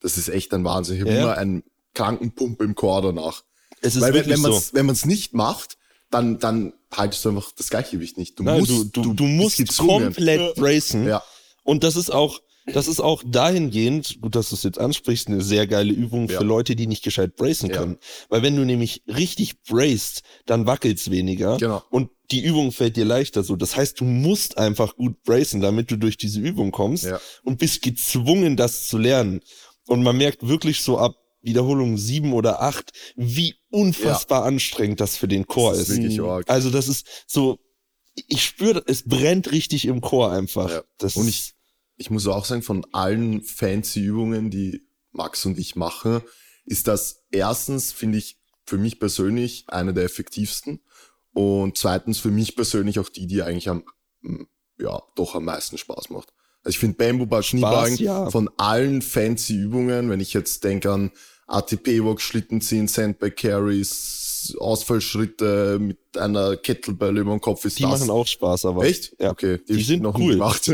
[SPEAKER 3] das ist echt ein Wahnsinn. Ich habe
[SPEAKER 2] Ja.
[SPEAKER 3] immer einen kranken Pump im Chor danach.
[SPEAKER 2] es ist
[SPEAKER 3] weil wenn,
[SPEAKER 2] wirklich
[SPEAKER 3] wenn man
[SPEAKER 2] so.
[SPEAKER 3] es wenn man's nicht macht, dann, dann haltest du einfach das Gleichgewicht nicht. Du
[SPEAKER 2] Nein,
[SPEAKER 3] musst,
[SPEAKER 2] du, du, du
[SPEAKER 3] bist
[SPEAKER 2] musst
[SPEAKER 3] gezwungen.
[SPEAKER 2] komplett bracen.
[SPEAKER 3] Ja.
[SPEAKER 2] Und das ist auch, das ist auch dahingehend, gut, dass du es jetzt ansprichst, eine sehr geile Übung
[SPEAKER 3] Ja.
[SPEAKER 2] für Leute, die nicht gescheit bracen
[SPEAKER 3] Ja.
[SPEAKER 2] können. Weil wenn du nämlich richtig braced, dann wackelt's weniger.
[SPEAKER 3] Genau.
[SPEAKER 2] Und die Übung fällt dir leichter so. Das heißt, du musst einfach gut bracen, damit du durch diese Übung kommst
[SPEAKER 3] Ja.
[SPEAKER 2] und bist gezwungen, das zu lernen. Und man merkt wirklich so ab Wiederholung sieben oder acht, wie unfassbar anstrengend das für den Chor
[SPEAKER 3] Das ist
[SPEAKER 2] ist.
[SPEAKER 3] wirklich arg.
[SPEAKER 2] Also das ist so, ich spüre, es brennt richtig im Chor einfach.
[SPEAKER 3] Ja.
[SPEAKER 2] Das
[SPEAKER 3] Und
[SPEAKER 2] ist-
[SPEAKER 3] ich- ich muss auch sagen, von allen fancy Übungen, die Max und ich machen, ist das erstens, finde ich, für mich persönlich eine der effektivsten und zweitens für mich persönlich auch die, die eigentlich am, mm, ja, doch am meisten Spaß macht. Also ich finde Bamboo Bar, Schneeballen,
[SPEAKER 2] ja.
[SPEAKER 3] von allen fancy Übungen, wenn ich jetzt denke an ATP Walk, Schlitten ziehen, Sandbag Carries, Ausfallschritte mit einer Kettlebell über dem Kopf ist
[SPEAKER 2] Die
[SPEAKER 3] das.
[SPEAKER 2] machen auch Spaß, aber.
[SPEAKER 3] Echt?
[SPEAKER 2] Ja.
[SPEAKER 3] Okay,
[SPEAKER 2] Die
[SPEAKER 3] hab ich
[SPEAKER 2] sind
[SPEAKER 3] noch
[SPEAKER 2] cool.
[SPEAKER 3] nie gemacht.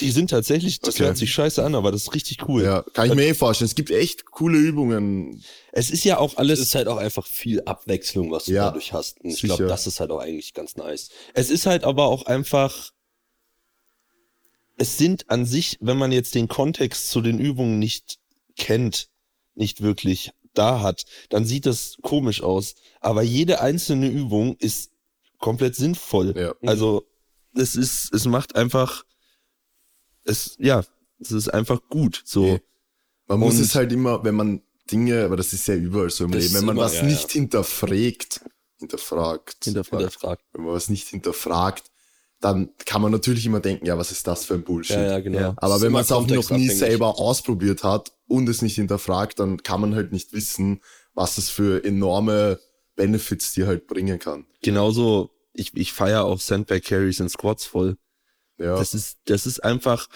[SPEAKER 2] Die sind tatsächlich, das
[SPEAKER 3] Okay.
[SPEAKER 2] hört sich scheiße an, aber das ist richtig cool.
[SPEAKER 3] ja, kann ich mir eh vorstellen. Es gibt echt coole Übungen.
[SPEAKER 2] Es ist ja auch
[SPEAKER 1] Es
[SPEAKER 2] alles,
[SPEAKER 1] ist halt auch einfach viel Abwechslung, was du
[SPEAKER 3] Ja,
[SPEAKER 1] dadurch hast. Und ich
[SPEAKER 3] sicher.
[SPEAKER 1] glaube, das ist halt auch eigentlich ganz nice.
[SPEAKER 2] es ist halt aber auch einfach, es sind an sich, wenn man jetzt den Kontext zu den Übungen nicht kennt, nicht wirklich da hat, dann sieht das komisch aus. Aber jede einzelne Übung ist komplett sinnvoll.
[SPEAKER 3] Ja.
[SPEAKER 2] Also, es ist, es macht einfach, es, ja, es ist einfach gut, so.
[SPEAKER 3] Nee. Man muss
[SPEAKER 2] Und-
[SPEAKER 3] es halt immer, wenn man Dinge, aber das ist ja überall so im
[SPEAKER 1] Das
[SPEAKER 3] Leben,
[SPEAKER 1] ist
[SPEAKER 3] wenn man
[SPEAKER 1] immer,
[SPEAKER 3] was
[SPEAKER 1] ja,
[SPEAKER 3] nicht hinterfragt, hinterfragt,
[SPEAKER 1] Hinterfragt.
[SPEAKER 3] wenn man was nicht hinterfragt, dann kann man natürlich immer denken, ja, was ist das für ein Bullshit?
[SPEAKER 1] Ja, ja, genau.
[SPEAKER 2] Ja.
[SPEAKER 3] Aber
[SPEAKER 1] Es ist
[SPEAKER 3] wenn
[SPEAKER 1] immer
[SPEAKER 3] man es auch noch nie
[SPEAKER 1] kontextabhängig.
[SPEAKER 3] selber ausprobiert hat und es nicht hinterfragt, dann kann man halt nicht wissen, was es für enorme Benefits dir halt bringen kann.
[SPEAKER 2] Genauso, ich, ich feiere auch Sandbag Carries und Squats voll.
[SPEAKER 3] Ja,
[SPEAKER 2] Das ist, das ist einfach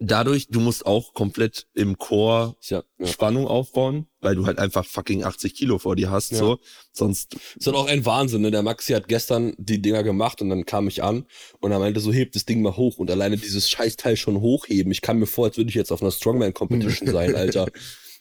[SPEAKER 2] dadurch, du musst auch komplett im Chor
[SPEAKER 1] Ja, ja.
[SPEAKER 2] Spannung aufbauen, weil du halt einfach fucking 80 Kilo vor dir hast,
[SPEAKER 1] Ja.
[SPEAKER 2] so. Sonst,
[SPEAKER 1] Ist halt auch ein Wahnsinn, ne? Der Maxi hat gestern die Dinger gemacht und dann kam ich an und er meinte so, heb das Ding mal hoch und alleine dieses Scheißteil schon hochheben. Ich kam mir vor, als würde ich jetzt auf einer Strongman-Competition sein, Alter.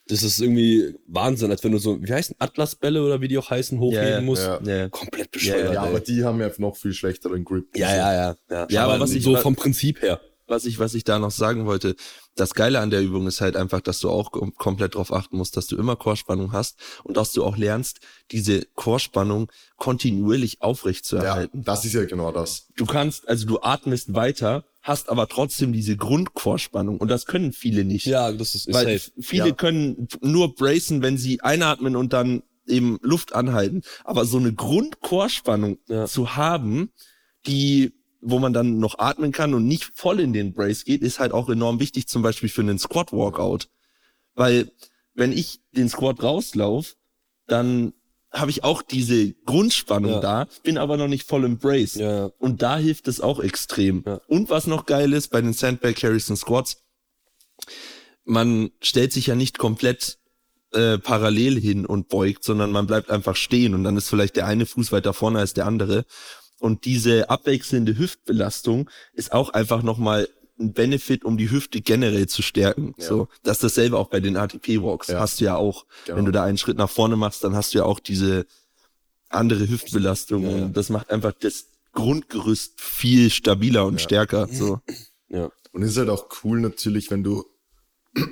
[SPEAKER 1] Das ist irgendwie Wahnsinn, als wenn du so, wie heißen, Atlasbälle oder wie die auch heißen, hochheben
[SPEAKER 2] Ja, ja,
[SPEAKER 1] musst.
[SPEAKER 3] ja.
[SPEAKER 2] ne.
[SPEAKER 1] Komplett
[SPEAKER 2] Ja,
[SPEAKER 1] bescheuert.
[SPEAKER 3] ja
[SPEAKER 2] ey.
[SPEAKER 3] aber die haben ja noch viel schlechteren Grip.
[SPEAKER 1] ja. Ja,
[SPEAKER 2] Ja,
[SPEAKER 1] aber,
[SPEAKER 2] aber was ich-
[SPEAKER 1] so vom Prinzip her.
[SPEAKER 2] Was ich, was ich da noch sagen wollte, das Geile an der Übung ist halt einfach, dass du auch kom komplett drauf achten musst, dass du immer Chorspannung hast und dass du auch lernst, diese Chorspannung kontinuierlich aufrecht zu
[SPEAKER 3] Ja,
[SPEAKER 2] erhalten.
[SPEAKER 3] das ist ja genau das.
[SPEAKER 2] du kannst, also du atmest weiter, hast aber trotzdem diese Grundchorspannung und das können viele nicht.
[SPEAKER 1] Ja, das ist, ist
[SPEAKER 2] weil
[SPEAKER 1] safe.
[SPEAKER 2] viele
[SPEAKER 3] Ja.
[SPEAKER 2] können nur bracen, wenn sie einatmen und dann eben Luft anhalten. Aber so eine Grundchorspannung
[SPEAKER 1] Ja.
[SPEAKER 2] zu haben, die wo man dann noch atmen kann und nicht voll in den Brace geht, ist halt auch enorm wichtig, zum Beispiel für einen Squat Walkout. Weil wenn ich den Squat rauslauf, dann habe ich auch diese Grundspannung
[SPEAKER 1] Ja.
[SPEAKER 2] da, bin aber noch nicht voll im Brace.
[SPEAKER 1] Ja.
[SPEAKER 2] Und da hilft es auch extrem.
[SPEAKER 1] Ja.
[SPEAKER 2] Und was noch geil ist bei den Sandbag Carries und Squats, man stellt sich ja nicht komplett äh, parallel hin und beugt, sondern man bleibt einfach stehen und dann ist vielleicht der eine Fuß weiter vorne als der andere. Und diese abwechselnde Hüftbelastung ist auch einfach nochmal ein Benefit, um die Hüfte generell zu stärken.
[SPEAKER 3] Ja.
[SPEAKER 2] So, das ist dasselbe auch bei den ATP-Walks.
[SPEAKER 3] Ja.
[SPEAKER 2] Hast du ja auch.
[SPEAKER 3] Genau.
[SPEAKER 2] Wenn du da einen Schritt nach vorne machst, dann hast du ja auch diese andere Hüftbelastung.
[SPEAKER 1] Ja, ja.
[SPEAKER 2] Und das macht einfach das Grundgerüst viel stabiler und stärker. So.
[SPEAKER 1] Ja.
[SPEAKER 3] Und es ist halt auch cool natürlich, wenn du,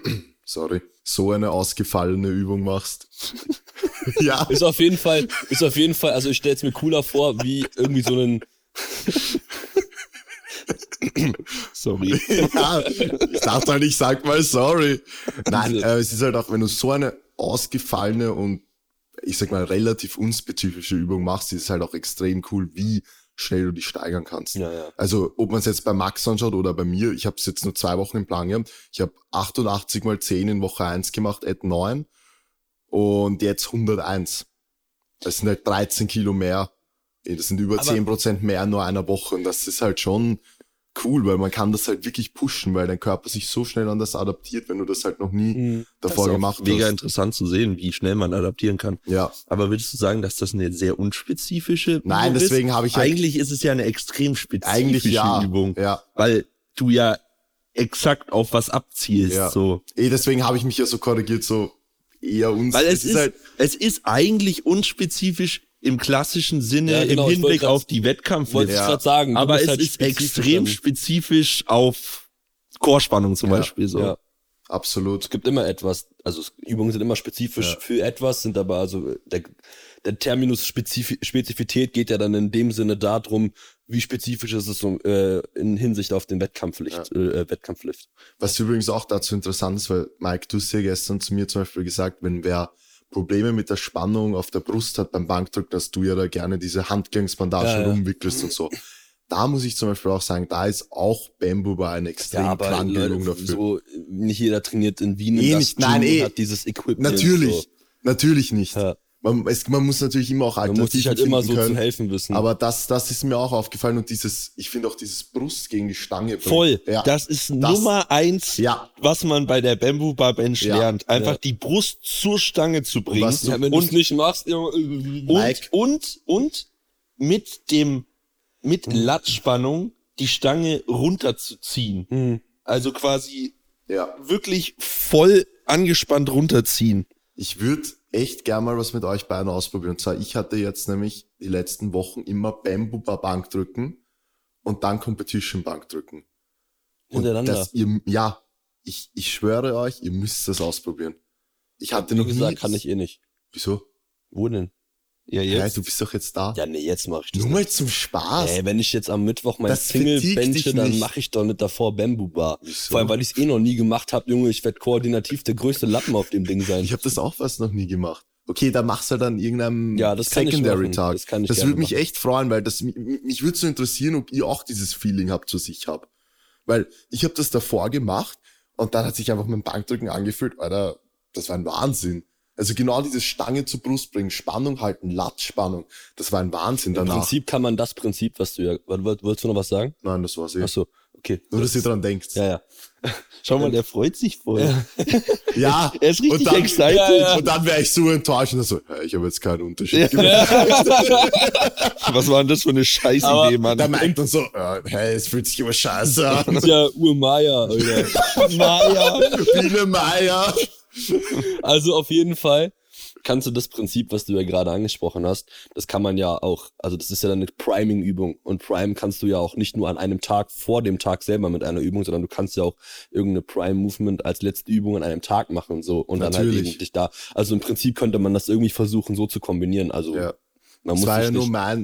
[SPEAKER 3] sorry, so eine ausgefallene Übung machst. ja,
[SPEAKER 1] Ist auf jeden Fall, ist auf jeden Fall, also ich stelle es mir cooler vor, wie irgendwie so einen,
[SPEAKER 2] Sorry.
[SPEAKER 3] ja, ich dachte halt, ich sag mal sorry. Nein, äh, es ist halt auch, wenn du so eine ausgefallene und ich sag mal relativ unspezifische Übung machst, ist es halt auch extrem cool, wie schnell du dich steigern kannst.
[SPEAKER 1] ja, ja.
[SPEAKER 3] Also ob man es jetzt bei Max anschaut oder bei mir, ich habe es jetzt nur zwei Wochen im Plan gehabt. Ich habe 88 mal 10 in Woche 1 gemacht, at 9 und jetzt 101. Das sind halt 13 Kilo mehr. Das sind über
[SPEAKER 1] Aber-
[SPEAKER 3] 10% mehr in nur einer Woche und das ist halt schon cool, weil man kann das halt wirklich pushen, weil dein Körper sich so schnell an das adaptiert, wenn du das halt noch nie
[SPEAKER 1] Mhm.
[SPEAKER 3] davor gemacht
[SPEAKER 2] Mega
[SPEAKER 3] hast.
[SPEAKER 2] interessant zu sehen, wie schnell man adaptieren kann.
[SPEAKER 3] Ja,
[SPEAKER 2] Aber würdest du sagen, dass das eine sehr unspezifische
[SPEAKER 3] Nein,
[SPEAKER 2] Übung
[SPEAKER 3] deswegen
[SPEAKER 2] ist?
[SPEAKER 3] habe ich ja-
[SPEAKER 2] Eigentlich ist es ja eine extrem spezifische
[SPEAKER 3] eigentlich ja.
[SPEAKER 2] Übung,
[SPEAKER 3] Ja,
[SPEAKER 2] weil du ja exakt auf was abzielst.
[SPEAKER 3] Ja.
[SPEAKER 2] So.
[SPEAKER 3] eh deswegen habe ich mich ja so korrigiert, so eher uns.
[SPEAKER 2] Weil es,
[SPEAKER 3] es halt
[SPEAKER 2] ist, es ist eigentlich unspezifisch im klassischen Sinne
[SPEAKER 1] Ja, genau,
[SPEAKER 2] im
[SPEAKER 1] ich wollte
[SPEAKER 2] Hinblick
[SPEAKER 1] grad-
[SPEAKER 2] auf die
[SPEAKER 1] Wollte
[SPEAKER 2] Wettkampfliste.
[SPEAKER 1] ich
[SPEAKER 3] Ja.
[SPEAKER 1] gerade sagen. du
[SPEAKER 2] Aber
[SPEAKER 1] bist
[SPEAKER 2] es
[SPEAKER 1] halt
[SPEAKER 2] ist
[SPEAKER 1] spezifisch
[SPEAKER 2] extrem
[SPEAKER 1] dann.
[SPEAKER 2] spezifisch auf Chorspannung zum
[SPEAKER 3] Ja.
[SPEAKER 2] Beispiel so.
[SPEAKER 1] Ja.
[SPEAKER 3] absolut.
[SPEAKER 1] Es gibt immer etwas, also es- Übungen sind immer spezifisch
[SPEAKER 3] Ja.
[SPEAKER 1] für etwas, sind aber also der, der Terminus Spezif Spezifität geht ja dann in dem Sinne darum, wie spezifisch ist es um, äh, in Hinsicht auf den Wettkampflicht, äh, Wettkampflift.
[SPEAKER 3] Was übrigens auch dazu interessant ist, weil Mike, du hast ja gestern zu mir zum Beispiel gesagt, wenn wer Probleme mit der Spannung auf der Brust hat beim Bankdrücken, dass du ja da gerne diese Handgangsbandagen
[SPEAKER 1] Ja, ja.
[SPEAKER 3] rumwickelst und so. Da muss ich zum Beispiel auch sagen, da ist auch Bamboo Bar eine extrem kranke Übung dafür.
[SPEAKER 1] so nicht jeder trainiert in Wien.
[SPEAKER 3] Eh
[SPEAKER 1] das
[SPEAKER 3] nicht, nein,
[SPEAKER 1] Gym und
[SPEAKER 3] eh.
[SPEAKER 1] Hat dieses Equipment.
[SPEAKER 3] natürlich,
[SPEAKER 1] So.
[SPEAKER 3] natürlich nicht.
[SPEAKER 1] Ja.
[SPEAKER 3] Man, es, man muss natürlich immer auch
[SPEAKER 1] Man muss sich halt
[SPEAKER 3] Alternativen
[SPEAKER 1] immer
[SPEAKER 3] finden
[SPEAKER 1] so zu
[SPEAKER 3] können.
[SPEAKER 1] helfen wissen.
[SPEAKER 3] Aber das, das ist mir auch aufgefallen und dieses, ich finde auch dieses Brust gegen die Stange. bringen.
[SPEAKER 2] Voll.
[SPEAKER 3] Ja.
[SPEAKER 2] Das ist Nummer eins,
[SPEAKER 3] ja.
[SPEAKER 2] was man bei der Bamboo Bar Bench
[SPEAKER 3] Ja.
[SPEAKER 2] lernt. Einfach
[SPEAKER 1] Ja.
[SPEAKER 2] die Brust zur Stange zu bringen.
[SPEAKER 3] was du- Hm.
[SPEAKER 1] ja, äh, wenn du es
[SPEAKER 2] und,
[SPEAKER 1] nicht machst, Junge,
[SPEAKER 2] und,
[SPEAKER 3] Mike.
[SPEAKER 2] und, und mit dem, mit Latzspannung die Stange runterzuziehen.
[SPEAKER 1] Mhm.
[SPEAKER 2] Also quasi
[SPEAKER 3] Ja.
[SPEAKER 2] wirklich voll angespannt runterziehen.
[SPEAKER 3] Ich würde echt gern mal was mit euch beiden ausprobieren. Und zwar, ich hatte jetzt nämlich die letzten Wochen immer Bamboo Bar Bankdrücken und dann Competition Bankdrücken. Und
[SPEAKER 1] Hintereinander.
[SPEAKER 3] das, ihr, ja, ich, ich schwöre euch, ihr müsst das ausprobieren. Ich hatte
[SPEAKER 1] wie
[SPEAKER 3] noch nie,
[SPEAKER 1] gesagt, kann ich eh nicht.
[SPEAKER 3] Wieso?
[SPEAKER 1] Wo denn?
[SPEAKER 2] Ja,
[SPEAKER 3] Hä, du bist doch jetzt da.
[SPEAKER 1] Ja, nee, jetzt mache ich das.
[SPEAKER 3] Nur mal zum Spaß.
[SPEAKER 1] Ey, wenn ich jetzt am Mittwoch mein
[SPEAKER 3] Das
[SPEAKER 1] Single
[SPEAKER 3] vertiegt
[SPEAKER 1] benche,
[SPEAKER 3] dich
[SPEAKER 1] dann
[SPEAKER 3] nicht.
[SPEAKER 1] mache ich doch nicht davor Bamboo Bar.
[SPEAKER 3] Wieso?
[SPEAKER 1] Vor allem, weil ich es eh noch nie gemacht habe, Junge, ich werde koordinativ der größte Lappen auf dem Ding sein.
[SPEAKER 3] Ich habe das auch fast noch nie gemacht. Okay, dann mach's halt an irgendeinem
[SPEAKER 1] Ja, das kann ich machen.
[SPEAKER 3] Secondary-Tag.
[SPEAKER 1] Das kann ich
[SPEAKER 3] das
[SPEAKER 1] gerne
[SPEAKER 3] würde mich echt freuen, weil das mich, mich würde so interessieren, ob ihr auch dieses Feeling habt, was ich hab. Weil ich habe das davor gemacht und dann hat sich einfach mein Bankdrücken angefühlt, Alter, das war ein Wahnsinn. Also genau diese Stange zur Brust bringen, Spannung halten, Latzspannung, das war ein Wahnsinn
[SPEAKER 1] Im
[SPEAKER 3] danach.
[SPEAKER 1] Prinzip kann man das Prinzip, was du ja. Woll- woll- Wolltest du noch was sagen?
[SPEAKER 3] Nein, das war's eh.
[SPEAKER 1] Ach so, okay.
[SPEAKER 3] Nur, dass ihr dran denkt.
[SPEAKER 1] Ja, ja.
[SPEAKER 2] Schau mal, der freut sich voll.
[SPEAKER 3] Ja,
[SPEAKER 2] Er ist richtig
[SPEAKER 3] und dann,
[SPEAKER 2] excited.
[SPEAKER 3] Ja, ja. Und dann wäre ich so enttäuscht und so, ja, ich habe jetzt keinen Unterschied gemacht.
[SPEAKER 2] Was war denn das für eine Scheißidee,
[SPEAKER 1] Aber
[SPEAKER 2] Mann?
[SPEAKER 3] Da merkt man so, ja, hey, es fühlt sich immer scheiße an.
[SPEAKER 1] Das ist ja Urmaya, Alter.
[SPEAKER 2] Maya.
[SPEAKER 3] Biene Meier.
[SPEAKER 1] Also auf jeden Fall kannst du das Prinzip, was du ja gerade angesprochen hast, das kann man ja auch, also das ist ja dann eine Priming-Übung. Und Prime kannst du ja auch nicht nur an einem Tag vor dem Tag selber mit einer Übung, sondern du kannst ja auch irgendeine Prime-Movement als letzte Übung an einem Tag machen und so. Und dann halt
[SPEAKER 3] Natürlich.
[SPEAKER 1] eben dich da. Also im Prinzip könnte man das irgendwie versuchen, so zu kombinieren. Also
[SPEAKER 3] Ja,
[SPEAKER 1] man
[SPEAKER 3] das
[SPEAKER 1] muss
[SPEAKER 3] war
[SPEAKER 1] sich
[SPEAKER 3] ja nur
[SPEAKER 1] nicht-
[SPEAKER 3] mein
[SPEAKER 1] um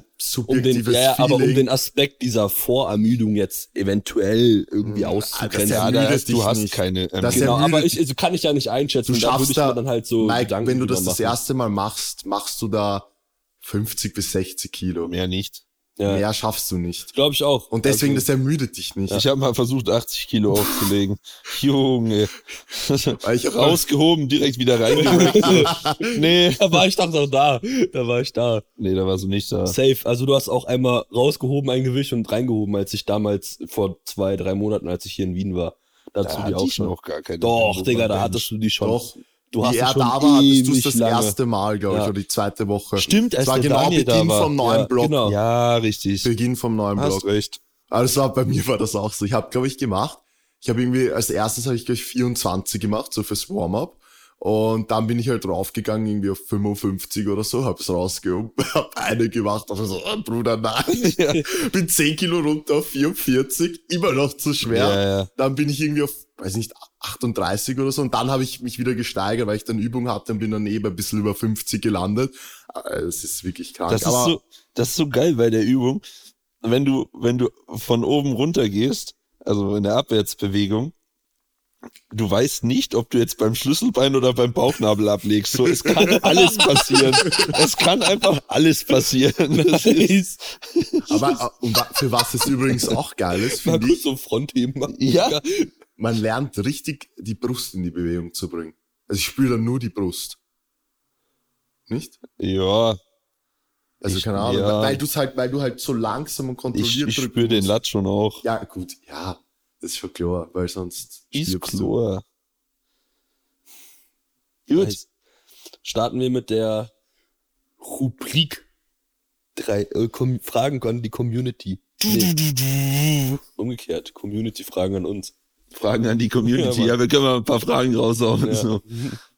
[SPEAKER 1] den,
[SPEAKER 3] subjektives
[SPEAKER 1] ja, ja, aber
[SPEAKER 3] Feeling.
[SPEAKER 1] um den Aspekt dieser Vorermüdung jetzt eventuell irgendwie
[SPEAKER 3] Mhm. Ah, das
[SPEAKER 1] auszugrenzen.
[SPEAKER 3] ist ja
[SPEAKER 2] Ja, da
[SPEAKER 3] müde
[SPEAKER 2] hast,
[SPEAKER 3] dich
[SPEAKER 2] du hast
[SPEAKER 3] nicht.
[SPEAKER 2] keine. Ähm,
[SPEAKER 3] Das-
[SPEAKER 1] genau,
[SPEAKER 3] ermüdet
[SPEAKER 1] aber
[SPEAKER 3] dich.
[SPEAKER 1] ich, also kann ich ja nicht einschätzen.
[SPEAKER 3] du
[SPEAKER 1] da würde
[SPEAKER 3] schaffst
[SPEAKER 1] ich mir
[SPEAKER 3] da,
[SPEAKER 1] dann halt so
[SPEAKER 3] Mike,
[SPEAKER 1] Gedanken
[SPEAKER 3] wenn du
[SPEAKER 1] drüber
[SPEAKER 3] das das
[SPEAKER 1] machen.
[SPEAKER 3] erste Mal machst, machst du da 50 bis 60 Kilo.
[SPEAKER 2] mehr nicht.
[SPEAKER 1] Ja.
[SPEAKER 3] Mehr schaffst du nicht.
[SPEAKER 1] Glaube ich auch.
[SPEAKER 3] Und deswegen,
[SPEAKER 1] also,
[SPEAKER 3] das ermüdet dich nicht.
[SPEAKER 2] Ich habe mal versucht, 80 Kilo aufzulegen. Junge.
[SPEAKER 3] Weil ich hab- halt
[SPEAKER 2] Rausgehoben, direkt wieder reingewechselt. nee.
[SPEAKER 1] da war ich doch noch da. Da war ich da.
[SPEAKER 2] Nee, da war so nicht da.
[SPEAKER 1] Safe. Also du hast auch einmal rausgehoben ein Gewicht und reingehoben, als ich damals vor zwei, drei Monaten, als ich hier in Wien war. Dazu
[SPEAKER 2] Da
[SPEAKER 1] die
[SPEAKER 2] hatte
[SPEAKER 1] auch
[SPEAKER 2] ich
[SPEAKER 1] schon.
[SPEAKER 2] noch gar keine.
[SPEAKER 1] Doch,
[SPEAKER 2] Ahnung,
[SPEAKER 1] Digga, da
[SPEAKER 2] Mensch.
[SPEAKER 1] hattest du die schon.
[SPEAKER 3] Doch.
[SPEAKER 1] Du hast
[SPEAKER 3] Wie
[SPEAKER 1] es
[SPEAKER 3] er
[SPEAKER 1] schon
[SPEAKER 3] da war, hattest du
[SPEAKER 1] ewig
[SPEAKER 3] es das
[SPEAKER 1] lange.
[SPEAKER 3] erste Mal, glaube ich,
[SPEAKER 1] Ja.
[SPEAKER 3] oder die zweite Woche.
[SPEAKER 2] Stimmt, als
[SPEAKER 3] das war
[SPEAKER 2] der
[SPEAKER 3] genau
[SPEAKER 2] Daniel da
[SPEAKER 3] Beginn
[SPEAKER 2] war.
[SPEAKER 3] vom neuen
[SPEAKER 1] Ja,
[SPEAKER 3] Block.
[SPEAKER 1] genau.
[SPEAKER 2] Ja, richtig.
[SPEAKER 3] Beginn vom neuen Block.
[SPEAKER 2] Hast recht.
[SPEAKER 3] Aber das war, Also bei mir war das auch so. Ich habe, glaube ich, gemacht. Ich habe irgendwie, als erstes habe ich, glaube ich, 24 gemacht, so fürs Warm-up. Und dann bin ich halt draufgegangen, irgendwie auf 55 oder so, hab's rausgehoben, hab eine gemacht, aber so, oh, Bruder, nein. Bin 10 Kilo runter auf 44, immer noch zu schwer.
[SPEAKER 2] Ja, ja.
[SPEAKER 3] Dann bin ich irgendwie auf, weiß nicht, 38 oder so. Und dann habe ich mich wieder gesteigert, weil ich dann Übung hatte und bin dann eben ein bisschen über 50 gelandet. Aber Es ist wirklich krank.
[SPEAKER 2] Das ist,
[SPEAKER 3] aber
[SPEAKER 2] so, das ist so geil bei der Übung. Wenn du, wenn du von oben runter gehst, also in der Abwärtsbewegung, du weißt nicht, ob du jetzt beim Schlüsselbein oder beim Bauchnabel ablegst. So, es kann alles passieren. Es kann einfach alles passieren. Das ist,
[SPEAKER 3] aber äh, und wa- für was es übrigens auch geil ist,
[SPEAKER 1] Mal
[SPEAKER 3] finde ich,
[SPEAKER 1] kurz so Frontheben machen.
[SPEAKER 2] ja,
[SPEAKER 3] man lernt richtig die Brust in die Bewegung zu bringen. Also ich spüre dann nur die Brust. Nicht?
[SPEAKER 2] ja,
[SPEAKER 3] Also
[SPEAKER 2] Ich-
[SPEAKER 3] keine Ahnung,
[SPEAKER 2] ja.
[SPEAKER 3] weil du es halt, weil du halt so langsam und
[SPEAKER 2] ich,
[SPEAKER 3] kontrolliert
[SPEAKER 2] ich
[SPEAKER 3] drücken
[SPEAKER 2] spüre den
[SPEAKER 3] musst.
[SPEAKER 2] Latz schon auch.
[SPEAKER 3] Ja, gut, ja, das ist schon klar, weil sonst
[SPEAKER 2] Ist
[SPEAKER 3] stirbst du.
[SPEAKER 2] klar. Gut.
[SPEAKER 1] Nice. Starten wir mit der Rubrik. Drei äh, Com Fragen an die Community. Nee, umgekehrt. Community-Fragen an uns.
[SPEAKER 2] Fragen an die Community.
[SPEAKER 1] Ja, Mann.
[SPEAKER 2] Ja, wir können mal ein paar Fragen raushauen.
[SPEAKER 1] Ja.
[SPEAKER 2] So.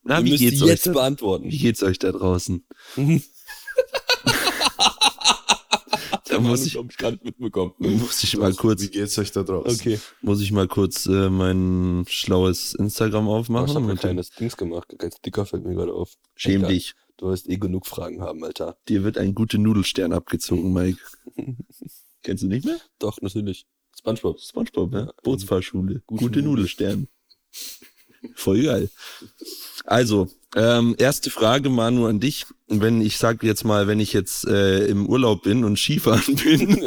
[SPEAKER 2] Na,
[SPEAKER 1] Ihr
[SPEAKER 2] wie
[SPEAKER 1] müsst
[SPEAKER 2] geht's
[SPEAKER 1] die
[SPEAKER 2] euch?
[SPEAKER 1] jetzt
[SPEAKER 2] da-
[SPEAKER 1] beantworten.
[SPEAKER 2] Wie geht's euch da draußen? da muss ich,
[SPEAKER 1] Hab ich gar nicht mitbekommen.
[SPEAKER 2] muss ich mal kurz,
[SPEAKER 3] Wie geht's euch da draußen?
[SPEAKER 1] Okay.
[SPEAKER 2] muss ich mal kurz äh, mein schlaues Instagram
[SPEAKER 1] Mach ich
[SPEAKER 2] aufmachen.
[SPEAKER 1] hab gar
[SPEAKER 2] mit dem-
[SPEAKER 1] keines Dings gemacht, gar kein Sticker fällt mir gerade auf.
[SPEAKER 2] Schäm
[SPEAKER 1] Egal.
[SPEAKER 2] dich.
[SPEAKER 1] Du wirst eh genug Fragen haben, Alter.
[SPEAKER 2] Dir wird ein guter Nudelstern abgezogen, Mike. Kennst du nicht mehr?
[SPEAKER 1] Doch, natürlich. SpongeBob.
[SPEAKER 2] Spongebob, ne?
[SPEAKER 1] Ja.
[SPEAKER 2] Bootsfahrschule.
[SPEAKER 1] Gute
[SPEAKER 2] Gute,
[SPEAKER 1] Nudel.
[SPEAKER 2] Nudelstern. Voll geil. Also, ähm, erste Frage, Manu, an dich. Wenn ich sag jetzt mal, wenn ich jetzt äh, im Urlaub bin und Skifahren bin,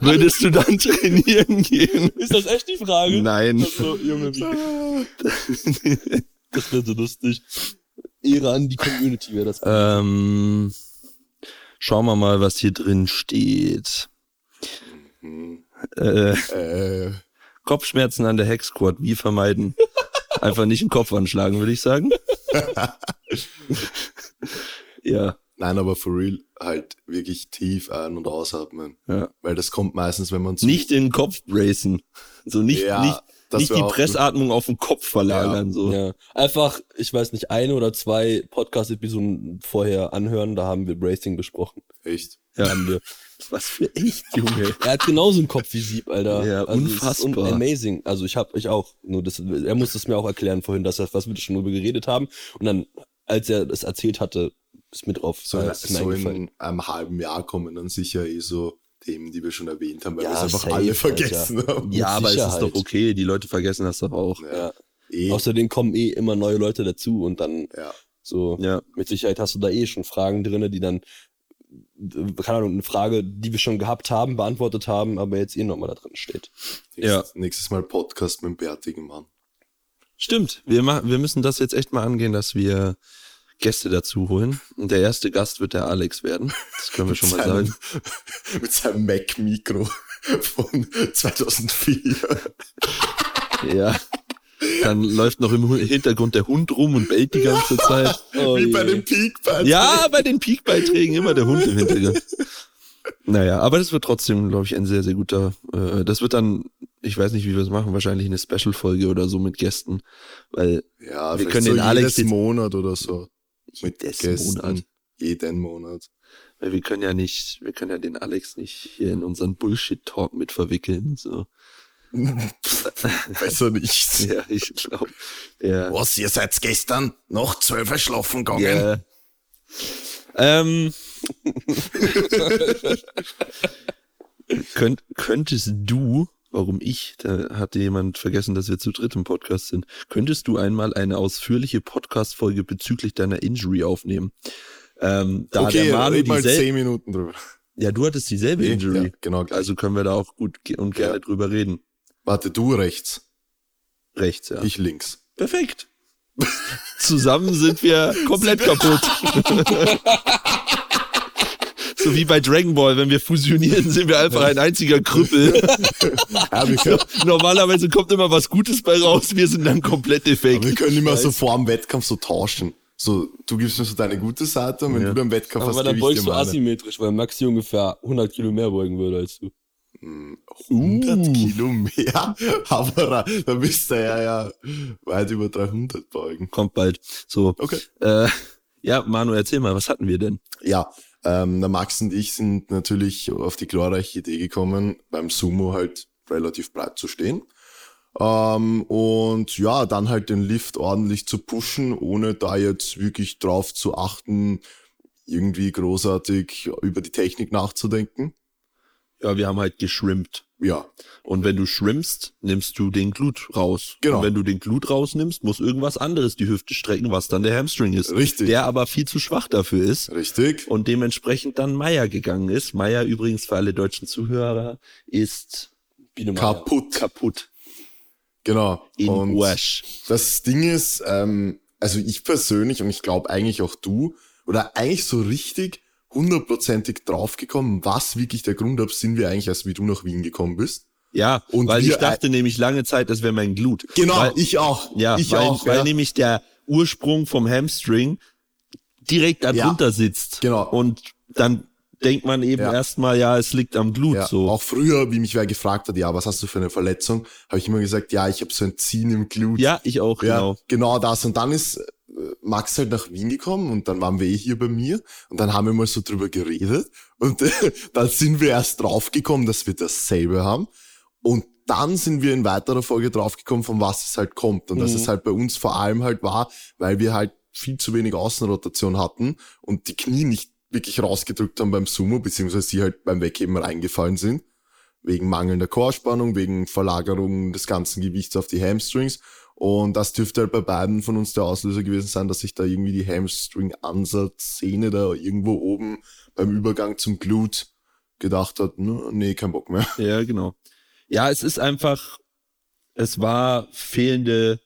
[SPEAKER 2] würdest du dann trainieren gehen?
[SPEAKER 1] Ist das echt die Frage?
[SPEAKER 2] Nein.
[SPEAKER 1] Also, Junge, wie? Das wäre so lustig. Ehre an die Community wäre das.
[SPEAKER 2] Ähm, schauen wir mal, was hier drin steht. Äh,
[SPEAKER 3] Hm, Äh,
[SPEAKER 2] Kopfschmerzen an der Hexquad, wie vermeiden? Einfach nicht den Kopf anschlagen, würde ich sagen. ja,
[SPEAKER 3] nein, aber for real halt wirklich tief ein- und ausatmen.
[SPEAKER 2] Ja.
[SPEAKER 3] Weil das kommt meistens, wenn man zu
[SPEAKER 2] nicht in den Kopf bracen. So nicht,
[SPEAKER 3] Ja,
[SPEAKER 2] nicht,
[SPEAKER 3] das
[SPEAKER 2] nicht
[SPEAKER 3] wär
[SPEAKER 2] die
[SPEAKER 3] auch-
[SPEAKER 2] Pressatmung auf den Kopf verlagern. So.
[SPEAKER 1] Ja. Einfach, ich weiß nicht, eine oder zwei Podcast-Episoden vorher anhören, da haben wir Bracing besprochen.
[SPEAKER 3] Echt.
[SPEAKER 2] Ja.
[SPEAKER 1] Haben wir.
[SPEAKER 2] Was für echt, Junge.
[SPEAKER 1] Er hat genauso einen Kopf wie Sieb, Alter.
[SPEAKER 2] Ja,
[SPEAKER 1] also es ist
[SPEAKER 2] unfassbar.
[SPEAKER 1] un- amazing. Also ich hab, ich auch. Nur das, er musste es mir auch erklären vorhin, dass er, was wir schon drüber geredet haben. Und dann, als er es erzählt hatte, ist mir drauf.
[SPEAKER 3] So,
[SPEAKER 1] äh,
[SPEAKER 3] in,
[SPEAKER 1] ist mir
[SPEAKER 3] so
[SPEAKER 1] eingefallen.
[SPEAKER 3] in einem halben Jahr kommen dann sicher eh so Themen, die wir schon erwähnt haben, weil
[SPEAKER 1] Ja,
[SPEAKER 3] wir es einfach
[SPEAKER 1] safe,
[SPEAKER 3] alle
[SPEAKER 1] Alter.
[SPEAKER 3] vergessen haben.
[SPEAKER 2] Ja, aber es ist
[SPEAKER 1] Sicherheit.
[SPEAKER 2] doch okay. Die Leute vergessen das doch auch.
[SPEAKER 1] ja.
[SPEAKER 3] Eh.
[SPEAKER 1] Außerdem kommen eh immer neue Leute dazu und dann
[SPEAKER 3] Ja.
[SPEAKER 1] so.
[SPEAKER 2] Ja,
[SPEAKER 1] Mit Sicherheit hast du da eh schon Fragen drinne, die dann, äh, keine Ahnung, eine Frage, die wir schon gehabt haben, beantwortet haben, aber jetzt eh nochmal da drin steht.
[SPEAKER 3] Nächstes, nächstes Mal Podcast mit dem bärtigen Mann.
[SPEAKER 2] stimmt. Wir, machen, wir müssen das jetzt echt mal angehen, dass wir Gäste dazu holen. Und der erste Gast wird der Alex werden. Das können wir schon mal sagen.
[SPEAKER 3] mit seinem Mac-Mikro von 2004.
[SPEAKER 2] Ja. Dann läuft noch im Hu- Hintergrund der Hund rum und bellt die ganze Zeit.
[SPEAKER 3] Wie bei den peak -Band.
[SPEAKER 2] Oh Ja, bei den Peak-Beiträgen immer der Hund im Hintergrund. Naja, aber das wird trotzdem, glaube ich, ein sehr, sehr guter. Äh, das wird dann, ich weiß nicht, wie wir es machen, wahrscheinlich eine Special-Folge oder so mit Gästen. Weil
[SPEAKER 3] ja
[SPEAKER 2] Wir
[SPEAKER 3] vielleicht
[SPEAKER 2] können den
[SPEAKER 3] so
[SPEAKER 2] Alex
[SPEAKER 3] jedes
[SPEAKER 2] jetzt-
[SPEAKER 3] Monat oder so. Mit
[SPEAKER 2] Jedes
[SPEAKER 3] Gästen.
[SPEAKER 2] Monat.
[SPEAKER 3] Jeden Monat.
[SPEAKER 2] Weil wir können ja nicht, wir können ja den Alex nicht hier in unseren Bullshit-Talk mit verwickeln. So.
[SPEAKER 3] Besser nicht.
[SPEAKER 2] Ja, ich glaube. Ja.
[SPEAKER 3] Was, ihr seid gestern noch zwölf verschlafen gegangen?
[SPEAKER 2] ja. Ähm. Könnt, könntest du, warum ich, da hatte jemand vergessen, dass wir zu dritt im Podcast sind, könntest du einmal eine ausführliche Podcast-Folge bezüglich deiner Injury aufnehmen? Ähm, da
[SPEAKER 3] okay,
[SPEAKER 2] der Manu
[SPEAKER 3] red mal
[SPEAKER 2] diesel-
[SPEAKER 3] zehn Minuten drüber.
[SPEAKER 2] Ja, du hattest dieselbe Injury.
[SPEAKER 3] Ja, genau. gleich.
[SPEAKER 2] Also können wir da auch gut ge- und gerne
[SPEAKER 3] Ja.
[SPEAKER 2] drüber reden.
[SPEAKER 3] Warte, du rechts,
[SPEAKER 2] Rechts, ja.
[SPEAKER 3] ich links.
[SPEAKER 2] Perfekt. Zusammen sind wir komplett kaputt. so wie bei Dragon Ball, wenn wir fusionieren, sind wir einfach ein einziger Krüppel.
[SPEAKER 3] Ja, wir, können,
[SPEAKER 2] Normalerweise kommt immer was Gutes bei raus, wir sind dann komplett
[SPEAKER 3] wir
[SPEAKER 2] defekt.
[SPEAKER 3] können immer so vor dem Wettkampf so tauschen. So, du gibst mir so deine gute Seite und wenn du beim Wettkampf
[SPEAKER 1] Aber
[SPEAKER 3] hast,
[SPEAKER 1] dann
[SPEAKER 3] gebe ich dir
[SPEAKER 1] beugst du
[SPEAKER 3] meine.
[SPEAKER 1] asymmetrisch, weil Maxi ungefähr 100 Kilo mehr beugen würde als du.
[SPEAKER 3] 100
[SPEAKER 1] Uh.
[SPEAKER 3] Kilo mehr, aber da bist du ja, ja weit über 300 beugen.
[SPEAKER 2] Kommt bald. So.
[SPEAKER 3] Okay.
[SPEAKER 2] Äh, ja, Manu, erzähl mal, was hatten wir denn?
[SPEAKER 3] Ja, ähm, der Max und ich sind natürlich auf die glorreiche Idee gekommen, beim Sumo halt relativ breit zu stehen. Ähm, und ja, dann halt den Lift ordentlich zu pushen, ohne da jetzt wirklich drauf zu achten, irgendwie großartig über die Technik nachzudenken.
[SPEAKER 2] Ja, wir haben halt geschrimpt.
[SPEAKER 3] Ja,
[SPEAKER 2] Und wenn du schwimmst, nimmst du den Glut raus.
[SPEAKER 3] Genau.
[SPEAKER 2] Und wenn du den Glut rausnimmst, muss irgendwas anderes die Hüfte strecken, was dann der Hamstring ist.
[SPEAKER 3] Richtig.
[SPEAKER 2] Der aber viel zu schwach dafür ist
[SPEAKER 3] richtig.
[SPEAKER 2] und dementsprechend dann Meier gegangen ist. Meier übrigens für alle deutschen Zuhörer ist
[SPEAKER 1] Biene Meier.
[SPEAKER 3] Kaputt.
[SPEAKER 2] kaputt
[SPEAKER 3] Genau.
[SPEAKER 2] in
[SPEAKER 3] Und-
[SPEAKER 2] Wash.
[SPEAKER 3] Das Ding ist, ähm, also ich persönlich und ich glaube eigentlich auch du, oder eigentlich so richtig hundertprozentig draufgekommen, was wirklich der Grund ab, sind wir eigentlich, als wie du nach Wien gekommen bist.
[SPEAKER 2] Ja,
[SPEAKER 3] Und
[SPEAKER 2] weil
[SPEAKER 3] wir-
[SPEAKER 2] ich dachte nämlich lange Zeit, das wäre mein Glut.
[SPEAKER 3] Genau,
[SPEAKER 2] Weil,
[SPEAKER 3] ich auch.
[SPEAKER 2] ja,
[SPEAKER 3] ich
[SPEAKER 2] weil,
[SPEAKER 3] auch.
[SPEAKER 2] weil
[SPEAKER 3] ja.
[SPEAKER 2] nämlich der Ursprung vom Hamstring direkt da
[SPEAKER 3] Ja.
[SPEAKER 2] drunter sitzt.
[SPEAKER 3] Genau.
[SPEAKER 2] Und dann denkt man eben
[SPEAKER 3] Ja.
[SPEAKER 2] erstmal, ja, es liegt am Glut.
[SPEAKER 3] ja,
[SPEAKER 2] so.
[SPEAKER 3] Auch früher, wie mich wer gefragt hat, ja, was hast du für eine Verletzung, habe ich immer gesagt, ja, ich habe so ein Ziehen im Glut.
[SPEAKER 2] Ja, ich auch,
[SPEAKER 3] Ja,
[SPEAKER 2] genau.
[SPEAKER 3] genau das. Und dann ist äh, Max halt nach Wien gekommen und dann waren wir eh hier bei mir und dann haben wir mal so drüber geredet und äh, dann sind wir erst draufgekommen, dass wir dasselbe haben und dann sind wir in weiterer Folge draufgekommen, von was es halt kommt und dass es halt bei uns vor allem halt war, weil wir halt viel zu wenig Außenrotation hatten und die Knie nicht wirklich rausgedrückt haben beim Sumo, beziehungsweise die halt beim Wegheben reingefallen sind wegen mangelnder Chorspannung, wegen Verlagerung des ganzen Gewichts auf die Hamstrings. Und das dürfte halt bei beiden von uns der Auslöser gewesen sein, dass sich da irgendwie die Hamstring-Ansatzszene da irgendwo oben beim Übergang zum Glut gedacht hat, ne, nee, kein Bock mehr.
[SPEAKER 2] Ja, genau. Ja, es ist einfach, es war fehlende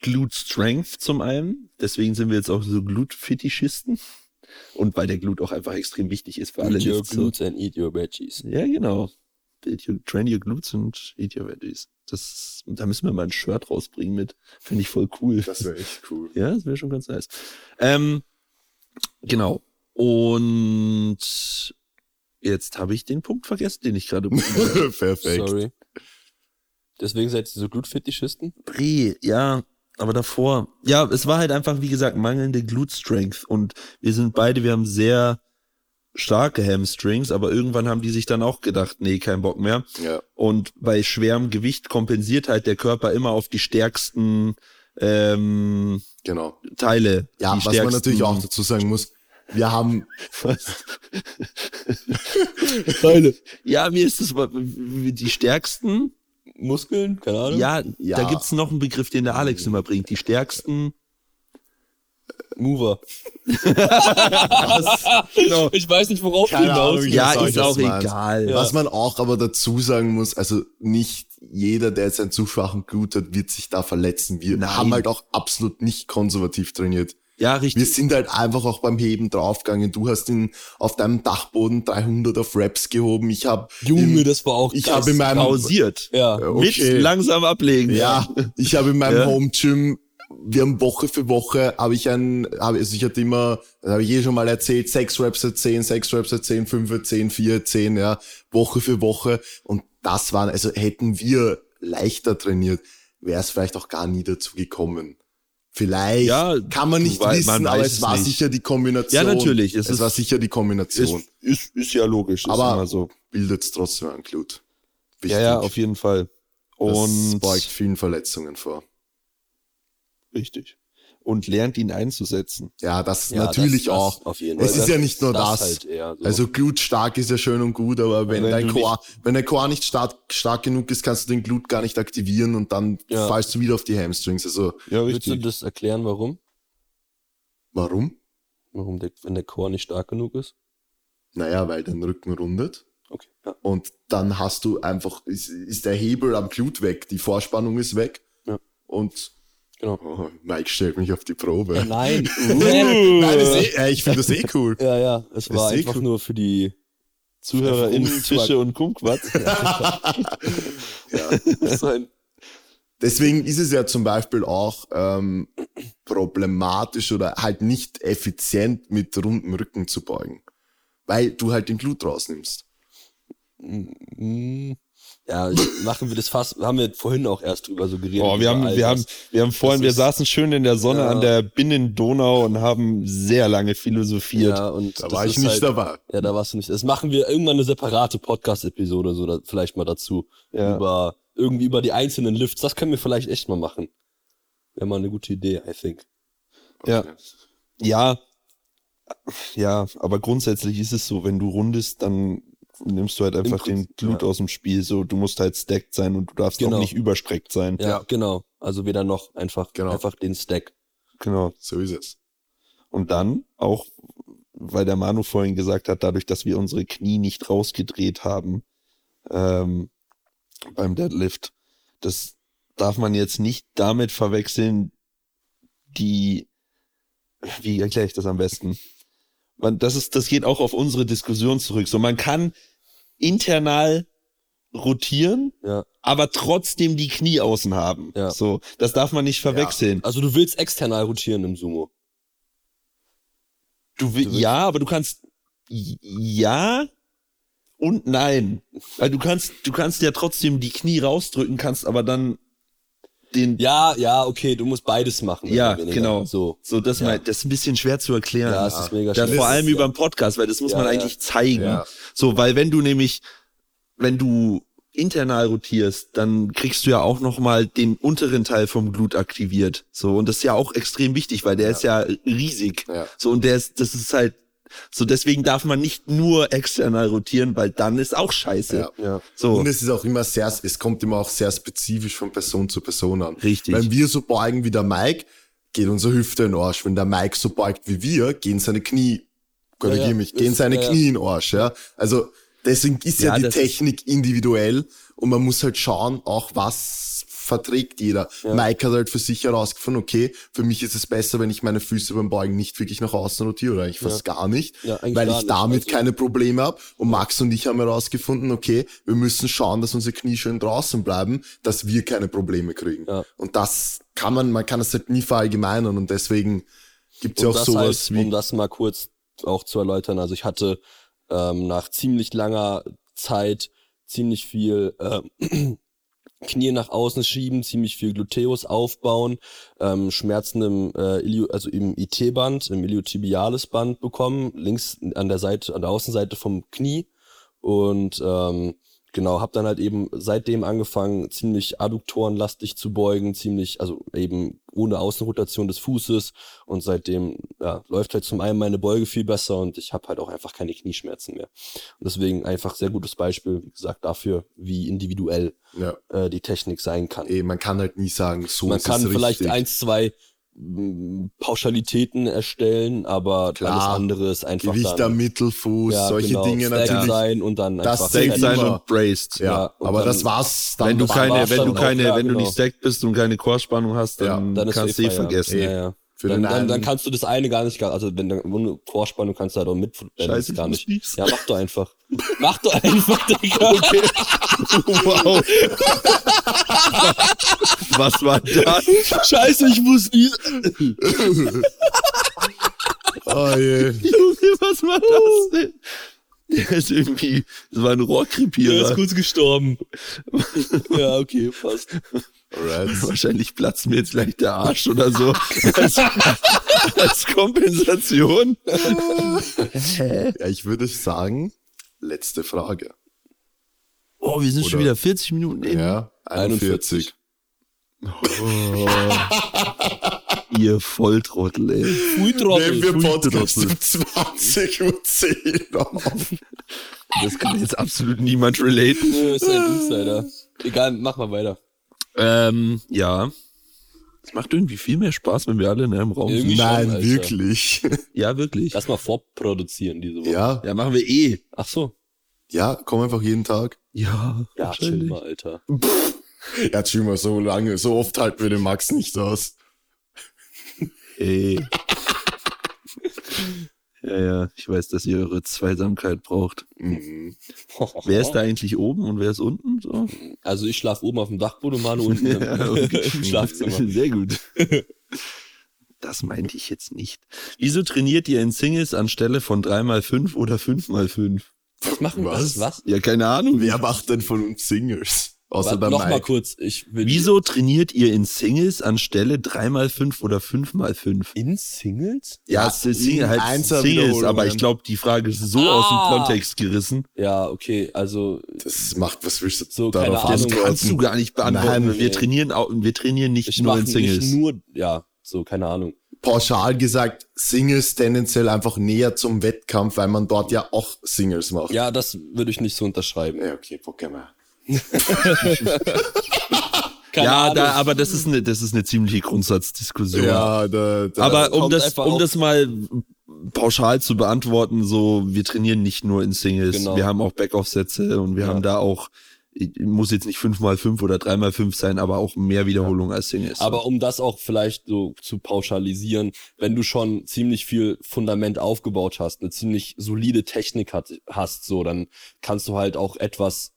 [SPEAKER 2] Glute Strength zum einen. Deswegen sind wir jetzt auch so Glute-Fetischisten. Und weil der Glute auch einfach extrem wichtig ist für alle.
[SPEAKER 1] Eat
[SPEAKER 2] die
[SPEAKER 1] your
[SPEAKER 2] es so-
[SPEAKER 1] glutes and eat your veggies.
[SPEAKER 2] Ja, genau. Eat your, train your glutes and eat your veggies. Das, da müssen wir mal ein Shirt rausbringen mit. Finde ich voll cool.
[SPEAKER 3] Das wäre echt cool.
[SPEAKER 2] Ja, das wäre schon ganz nice. Ähm, genau. Und jetzt habe ich den Punkt vergessen, den ich gerade.
[SPEAKER 3] Perfekt.
[SPEAKER 1] Sorry. Deswegen seid ihr so Glutfetischisten?
[SPEAKER 2] Brie, ja, aber davor. Ja, es war halt einfach, wie gesagt, mangelnde Glute Strength. Und wir sind beide, wir haben sehr starke Hamstrings, aber irgendwann haben die sich dann auch gedacht, nee, kein Bock mehr.
[SPEAKER 3] Ja.
[SPEAKER 2] Und bei schwerem Gewicht kompensiert halt der Körper immer auf die stärksten ähm,
[SPEAKER 3] Genau.
[SPEAKER 2] Teile.
[SPEAKER 3] Ja,
[SPEAKER 2] die
[SPEAKER 3] was man natürlich auch dazu sagen muss, wir haben,
[SPEAKER 2] Was? Teile. Ja, mir ist das mal- die stärksten.
[SPEAKER 1] Muskeln? Keine Ahnung.
[SPEAKER 2] Ja,
[SPEAKER 3] Ja.
[SPEAKER 2] da gibt's noch einen Begriff, den der Alex immer bringt. Die stärksten.
[SPEAKER 1] Mover.
[SPEAKER 2] Genau.
[SPEAKER 1] Ich weiß nicht, worauf
[SPEAKER 3] Keine Ahnung, wie
[SPEAKER 2] Ja,
[SPEAKER 3] das
[SPEAKER 2] ist auch
[SPEAKER 3] meint.
[SPEAKER 2] egal.
[SPEAKER 3] Was man auch aber dazu sagen muss, also nicht jeder, der jetzt einen zu schwachen Glut hat, wird sich da verletzen. Wir
[SPEAKER 2] Nein.
[SPEAKER 3] haben halt auch absolut nicht konservativ trainiert.
[SPEAKER 2] Ja,
[SPEAKER 3] Wir
[SPEAKER 2] richtig.
[SPEAKER 3] sind halt einfach auch beim Heben draufgegangen. Du hast ihn auf deinem Dachboden 300 auf Raps gehoben. Ich habe
[SPEAKER 1] Junge, das war auch
[SPEAKER 3] ich
[SPEAKER 1] krass.
[SPEAKER 3] habe in meinem
[SPEAKER 2] Pausiert.
[SPEAKER 1] Ja.
[SPEAKER 3] Ja, okay.
[SPEAKER 2] Mit langsam ablegen.
[SPEAKER 3] ja, ich habe in meinem
[SPEAKER 2] Ja.
[SPEAKER 3] Home Gym wir haben Woche für Woche habe ich ein habe also ich hatte immer das habe ich eh schon mal erzählt sechs Raps at 10, sechs Raps at 10, 5 at 10, 4 at 10, ja, Woche für Woche und das waren also hätten wir leichter trainiert, wäre es vielleicht auch gar nie dazu gekommen. Vielleicht
[SPEAKER 2] Ja,
[SPEAKER 3] kann man nicht
[SPEAKER 2] weil- man
[SPEAKER 3] wissen, aber
[SPEAKER 2] weiß
[SPEAKER 3] es
[SPEAKER 2] es
[SPEAKER 3] war
[SPEAKER 2] nicht.
[SPEAKER 3] sicher die Kombination.
[SPEAKER 2] Ja, natürlich,
[SPEAKER 3] Es,
[SPEAKER 2] es ist-
[SPEAKER 3] war sicher die Kombination.
[SPEAKER 2] Ist, ist, ist ja logisch. Ist
[SPEAKER 3] Aber-
[SPEAKER 2] immer so.
[SPEAKER 3] Bildet trotzdem einen Glut.
[SPEAKER 2] Ja, ja, auf jeden Fall.
[SPEAKER 3] das
[SPEAKER 2] Und
[SPEAKER 3] beugt vielen Verletzungen vor.
[SPEAKER 2] richtig. Und lernt ihn einzusetzen.
[SPEAKER 3] Ja, das
[SPEAKER 1] Ja,
[SPEAKER 3] natürlich
[SPEAKER 1] das- das
[SPEAKER 3] auch.
[SPEAKER 1] Auf jeden Fall.
[SPEAKER 3] Es ist ja nicht nur das.
[SPEAKER 1] Halt eher so.
[SPEAKER 3] Also Glut stark ist ja schön und gut, aber wenn,
[SPEAKER 1] wenn
[SPEAKER 3] dein
[SPEAKER 1] du
[SPEAKER 3] Core, wenn dein Core nicht stark, stark genug ist, kannst du den Glut gar nicht aktivieren und dann
[SPEAKER 1] Ja.
[SPEAKER 3] fallst du wieder auf die Hamstrings. Also
[SPEAKER 2] Ja,
[SPEAKER 1] Willst du das erklären, warum?
[SPEAKER 3] warum?
[SPEAKER 1] Warum der, wenn der Chor nicht stark genug ist?
[SPEAKER 3] Naja, weil dein Rücken rundet
[SPEAKER 1] Okay. Ja.
[SPEAKER 3] und dann hast du einfach, ist, ist der Hebel am Glut weg, die Vorspannung ist weg
[SPEAKER 1] Ja.
[SPEAKER 3] und
[SPEAKER 1] Genau.
[SPEAKER 3] oh, Mike stellt mich auf die Probe.
[SPEAKER 1] Nein.
[SPEAKER 3] Nein, das ist eh, äh, ich finde das eh cool.
[SPEAKER 1] ja, ja. Es war
[SPEAKER 3] Ist eh
[SPEAKER 1] einfach
[SPEAKER 3] cool.
[SPEAKER 1] nur für die
[SPEAKER 2] ZuhörerInnen, Tische und Kumquats.
[SPEAKER 1] So ein-
[SPEAKER 3] Deswegen ist es ja zum Beispiel auch ähm, problematisch oder halt nicht effizient mit rundem Rücken zu beugen, weil du halt den Glut rausnimmst.
[SPEAKER 1] Mm. Ja, machen wir das fast, haben wir vorhin auch erst drüber so geredet.
[SPEAKER 2] Boah, wir haben,
[SPEAKER 1] über all
[SPEAKER 2] wir haben,
[SPEAKER 1] das.
[SPEAKER 2] wir haben vorhin,
[SPEAKER 1] Das
[SPEAKER 2] wir
[SPEAKER 1] ist-
[SPEAKER 2] saßen schön in der Sonne
[SPEAKER 1] Ja.
[SPEAKER 2] an der Binnendonau und haben sehr lange philosophiert.
[SPEAKER 1] ja, und
[SPEAKER 3] Da
[SPEAKER 1] das
[SPEAKER 3] war ich
[SPEAKER 1] ist
[SPEAKER 3] nicht
[SPEAKER 1] halt,
[SPEAKER 3] dabei.
[SPEAKER 1] Ja, da warst du nicht. Das machen wir irgendwann eine separate Podcast-Episode so, da, vielleicht mal dazu.
[SPEAKER 2] Ja.
[SPEAKER 1] Über, irgendwie über die einzelnen Lifts. Das können wir vielleicht echt mal machen. Wäre mal eine gute Idee, I think.
[SPEAKER 2] Ja. Ja, ja, aber grundsätzlich ist es so, wenn du rundest, dann nimmst du halt einfach den
[SPEAKER 1] Prinzip,
[SPEAKER 2] Blut
[SPEAKER 1] ja.
[SPEAKER 2] aus dem Spiel. So, du musst halt stacked sein und du darfst
[SPEAKER 1] Genau.
[SPEAKER 2] auch nicht überstreckt sein.
[SPEAKER 1] Ja, genau. Also weder noch einfach,
[SPEAKER 3] Genau.
[SPEAKER 1] einfach den Stack.
[SPEAKER 2] Genau.
[SPEAKER 3] So ist es.
[SPEAKER 2] Und dann auch, weil der Manu vorhin gesagt hat, dadurch, dass wir unsere Knie nicht rausgedreht haben ähm, beim Deadlift, das darf man jetzt nicht damit verwechseln, die, wie erkläre ich das am besten? Man, das ist, das geht auch auf unsere Diskussion zurück. So, man kann internal rotieren,
[SPEAKER 1] Ja.
[SPEAKER 2] aber trotzdem die Knie außen haben.
[SPEAKER 1] Ja.
[SPEAKER 2] So, das darf man nicht verwechseln.
[SPEAKER 1] Also du willst external rotieren im Sumo.
[SPEAKER 2] Du will,
[SPEAKER 1] Du willst-
[SPEAKER 2] ja, aber du kannst j- ja und nein. Weil du kannst, du kannst ja trotzdem die Knie rausdrücken, kannst aber dann den.
[SPEAKER 1] Ja, ja, okay, du musst beides machen. mehr
[SPEAKER 2] Ja,
[SPEAKER 1] oder weniger.
[SPEAKER 2] genau.
[SPEAKER 1] So.
[SPEAKER 2] So, das,
[SPEAKER 1] Ja.
[SPEAKER 2] mein, das ist ein bisschen schwer zu erklären.
[SPEAKER 1] Ja, es ist mega
[SPEAKER 2] Da,
[SPEAKER 1] schwer.
[SPEAKER 2] vor
[SPEAKER 1] Das-
[SPEAKER 2] allem
[SPEAKER 1] ja.
[SPEAKER 2] über den Podcast, weil das muss
[SPEAKER 1] Ja,
[SPEAKER 2] man
[SPEAKER 1] ja.
[SPEAKER 2] eigentlich zeigen.
[SPEAKER 3] Ja.
[SPEAKER 2] So, weil wenn du nämlich, wenn du internal rotierst, dann kriegst du ja auch nochmal den unteren Teil vom Glut aktiviert. So, und das ist ja auch extrem wichtig, weil der ist ja riesig.
[SPEAKER 3] Ja.
[SPEAKER 2] So, und der ist, das ist halt, so deswegen darf man nicht nur external rotieren, weil dann ist auch scheiße.
[SPEAKER 3] Ja.
[SPEAKER 2] So,
[SPEAKER 3] Und es ist auch immer sehr, es kommt immer auch sehr spezifisch von Person zu Person an.
[SPEAKER 2] Richtig.
[SPEAKER 3] Wenn wir so beugen wie der Mike, geht unsere Hüfte in den Arsch. Wenn der Mike so beugt wie wir, gehen seine Knie, korrigiere
[SPEAKER 1] Ja, ja.
[SPEAKER 3] mich, gehen
[SPEAKER 1] Ist-
[SPEAKER 3] seine
[SPEAKER 1] ja, ja.
[SPEAKER 3] Knie in den Arsch, ja. Also, Deswegen ist ja,
[SPEAKER 4] Ja,
[SPEAKER 3] die
[SPEAKER 4] das-
[SPEAKER 3] Technik individuell und man muss halt schauen, auch was verträgt jeder. Mike hat halt für sich herausgefunden, okay, für mich ist es besser, wenn ich meine Füße beim Beugen nicht wirklich nach außen rotiere, oder eigentlich fast gar nicht,
[SPEAKER 1] Ja, eigentlich
[SPEAKER 3] weil
[SPEAKER 1] gar
[SPEAKER 3] ich
[SPEAKER 1] nicht,
[SPEAKER 3] damit
[SPEAKER 1] also-
[SPEAKER 3] keine Probleme habe. Und Max und ich haben herausgefunden, okay, wir müssen schauen, dass unsere Knie schön draußen bleiben, dass wir keine Probleme kriegen.
[SPEAKER 1] Ja.
[SPEAKER 3] Und das kann man, man kann das halt nie verallgemeinern und deswegen gibt's ja
[SPEAKER 1] Um
[SPEAKER 3] auch
[SPEAKER 1] das
[SPEAKER 3] sowas
[SPEAKER 1] halt,
[SPEAKER 3] wie
[SPEAKER 1] um das mal kurz auch zu erläutern. Also ich hatte ähm, nach ziemlich langer Zeit ziemlich viel ähm, Knie nach außen schieben, ziemlich viel Gluteus aufbauen, ähm, Schmerzen im, äh, Ilio, also im IT-Band, im Iliotibiales Band bekommen, links an der Seite, an der Außenseite vom Knie und ähm, genau, habe dann halt eben seitdem angefangen, ziemlich adduktorenlastig zu beugen, ziemlich, also eben ohne Außenrotation des Fußes und seitdem ja, läuft halt zum einen meine Beuge viel besser und ich habe halt auch einfach keine Knieschmerzen mehr. Und deswegen einfach sehr gutes Beispiel, wie gesagt, dafür, wie individuell
[SPEAKER 3] Ja.
[SPEAKER 1] äh, die Technik sein kann.
[SPEAKER 3] Ey, man kann halt nie sagen, so
[SPEAKER 1] Man
[SPEAKER 3] ist
[SPEAKER 1] kann
[SPEAKER 3] es
[SPEAKER 1] vielleicht
[SPEAKER 3] richtig.
[SPEAKER 1] eins, zwei mm, Pauschalitäten erstellen, aber
[SPEAKER 3] Klar.
[SPEAKER 1] alles andere ist einfach
[SPEAKER 3] Gewicht am
[SPEAKER 1] dann,
[SPEAKER 3] Mittelfuß, solche
[SPEAKER 1] genau,
[SPEAKER 3] Dinge
[SPEAKER 1] stacked
[SPEAKER 3] natürlich.
[SPEAKER 1] sein und dann
[SPEAKER 3] Das
[SPEAKER 1] einfach
[SPEAKER 3] zählt
[SPEAKER 2] Safe
[SPEAKER 1] halt-
[SPEAKER 2] sein
[SPEAKER 3] immer.
[SPEAKER 2] und braced.
[SPEAKER 3] Ja,
[SPEAKER 1] Ja, und
[SPEAKER 3] aber
[SPEAKER 1] dann-
[SPEAKER 3] das war's dann.
[SPEAKER 2] Wenn du
[SPEAKER 3] das
[SPEAKER 2] keine,
[SPEAKER 3] war's
[SPEAKER 2] wenn du
[SPEAKER 3] dann auch.
[SPEAKER 2] keine,
[SPEAKER 1] Ja,
[SPEAKER 2] wenn du
[SPEAKER 1] genau.
[SPEAKER 2] nicht stacked bist und keine Chorspannung hast, dann,
[SPEAKER 1] dann ist
[SPEAKER 2] kannst du
[SPEAKER 1] eh
[SPEAKER 2] eh
[SPEAKER 1] Feierabend.
[SPEAKER 2] vergessen.
[SPEAKER 1] Ja, ja.
[SPEAKER 3] Für
[SPEAKER 1] dann,
[SPEAKER 3] den
[SPEAKER 1] dann,
[SPEAKER 3] einen,
[SPEAKER 1] dann kannst du das eine gar nicht, gar- also wenn du ohne Vorspannung kannst du halt auch mit Scheiße,
[SPEAKER 2] Scheiße,
[SPEAKER 1] gar nicht.
[SPEAKER 2] Fußbis.
[SPEAKER 1] Ja, mach doch einfach. mach doch einfach, Digga.
[SPEAKER 2] Wow. Was war das?
[SPEAKER 1] Scheiße, ich muss nicht.
[SPEAKER 3] oh, je.
[SPEAKER 2] Junge, was war das denn? Der ist irgendwie, das war ein
[SPEAKER 1] Der ist
[SPEAKER 2] Rohrkrepierer.
[SPEAKER 1] kurz gestorben. ja, okay, passt.
[SPEAKER 3] Alright.
[SPEAKER 2] Wahrscheinlich platzt mir jetzt gleich der Arsch oder so. Als, als Kompensation.
[SPEAKER 3] Ja, ich würde sagen, letzte Frage.
[SPEAKER 2] Oh, wir sind schon
[SPEAKER 3] Oder-
[SPEAKER 2] wieder 40 Minuten in.
[SPEAKER 3] Ja, 41.
[SPEAKER 2] Ihr Volltrottel, ey.
[SPEAKER 1] Fuitrottel.
[SPEAKER 3] Nehmen wir Podcast
[SPEAKER 2] Fußtrottel.
[SPEAKER 3] um 20 Uhr 10 auf.
[SPEAKER 2] Das kann jetzt absolut niemand relaten.
[SPEAKER 1] Nö, ist ein Insider. Egal, mach mal weiter.
[SPEAKER 2] Ähm, ja. Es macht irgendwie viel mehr Spaß, wenn wir alle in einem Raum sind.
[SPEAKER 1] Irgendwie
[SPEAKER 3] Nein,
[SPEAKER 1] schon, Alter.
[SPEAKER 3] wirklich.
[SPEAKER 2] Ja, wirklich.
[SPEAKER 1] Lass mal vorproduzieren diese Woche.
[SPEAKER 3] Ja,
[SPEAKER 2] Ja, machen wir eh.
[SPEAKER 1] Ach so.
[SPEAKER 3] ja, komm einfach jeden Tag.
[SPEAKER 2] Ja,
[SPEAKER 1] Ja,
[SPEAKER 2] wahrscheinlich.
[SPEAKER 1] chill mal, Alter.
[SPEAKER 3] Ja, chill mal, so lange, so oft halten wir den Max nicht aus.
[SPEAKER 2] Ey. ja, ja, ich weiß, dass ihr eure Zweisamkeit braucht.
[SPEAKER 3] Mhm.
[SPEAKER 2] Wer ist da eigentlich oben und wer ist unten? So?
[SPEAKER 1] Also ich schlaf oben auf dem Dachboden und Manu unten im, im Schlafzimmer.
[SPEAKER 2] Sehr gut. Das meinte ich jetzt nicht. Wieso trainiert ihr in Singles anstelle von 3x5 oder 5x5?
[SPEAKER 1] Was machen
[SPEAKER 3] Was?
[SPEAKER 1] Was? Was?
[SPEAKER 2] Ja, keine Ahnung.
[SPEAKER 3] Wer macht denn von uns Singles? Außer bei
[SPEAKER 1] Warte, noch mal
[SPEAKER 3] Mike.
[SPEAKER 1] kurz. Ich will
[SPEAKER 2] Wieso trainiert ihr in Singles anstelle 3x5 oder 5x5?
[SPEAKER 1] in Singles?
[SPEAKER 2] Ja, es ist Single, halt
[SPEAKER 3] Einser
[SPEAKER 2] Singles, aber ich
[SPEAKER 3] Wiederholungen.
[SPEAKER 2] glaube, die Frage ist so aus
[SPEAKER 1] Ah.
[SPEAKER 2] dem Kontext gerissen.
[SPEAKER 1] Ja, okay, also
[SPEAKER 3] Das macht, was willst du
[SPEAKER 1] So, keine
[SPEAKER 3] darauf
[SPEAKER 1] Ahnung.
[SPEAKER 2] Das
[SPEAKER 1] Ahnung,
[SPEAKER 2] kannst du gar nicht beantworten.
[SPEAKER 3] Nein.
[SPEAKER 2] wir trainieren auch, wir trainieren nicht
[SPEAKER 1] ich
[SPEAKER 2] nur
[SPEAKER 1] mache
[SPEAKER 2] in Singles.
[SPEAKER 1] nicht nur, ja, so, keine Ahnung.
[SPEAKER 3] pauschal gesagt Singles tendenziell einfach näher zum Wettkampf, weil man dort ja auch Singles macht.
[SPEAKER 1] Ja, das würde ich nicht so unterschreiben.
[SPEAKER 3] Ja, okay, Pokémon.
[SPEAKER 1] Keine
[SPEAKER 2] ja,
[SPEAKER 1] Ahnung.
[SPEAKER 2] da, aber das ist eine, das ist eine ziemliche Grundsatzdiskussion.
[SPEAKER 3] Ja, da, da,
[SPEAKER 2] aber um
[SPEAKER 1] kommt
[SPEAKER 2] das,
[SPEAKER 1] einfach
[SPEAKER 2] um
[SPEAKER 1] auf-
[SPEAKER 2] das mal pauschal zu beantworten, so, wir trainieren nicht nur in Singles.
[SPEAKER 1] Genau.
[SPEAKER 2] Wir haben auch Backoff-Sätze und wir
[SPEAKER 1] Ja.
[SPEAKER 2] haben da auch, ich- muss jetzt nicht 5x5 oder 3x5 sein, aber auch mehr Wiederholungen als Singles.
[SPEAKER 1] aber um das auch vielleicht so zu pauschalisieren, wenn du schon ziemlich viel Fundament aufgebaut hast, eine ziemlich solide Technik hat, hast, so, dann kannst du halt auch etwas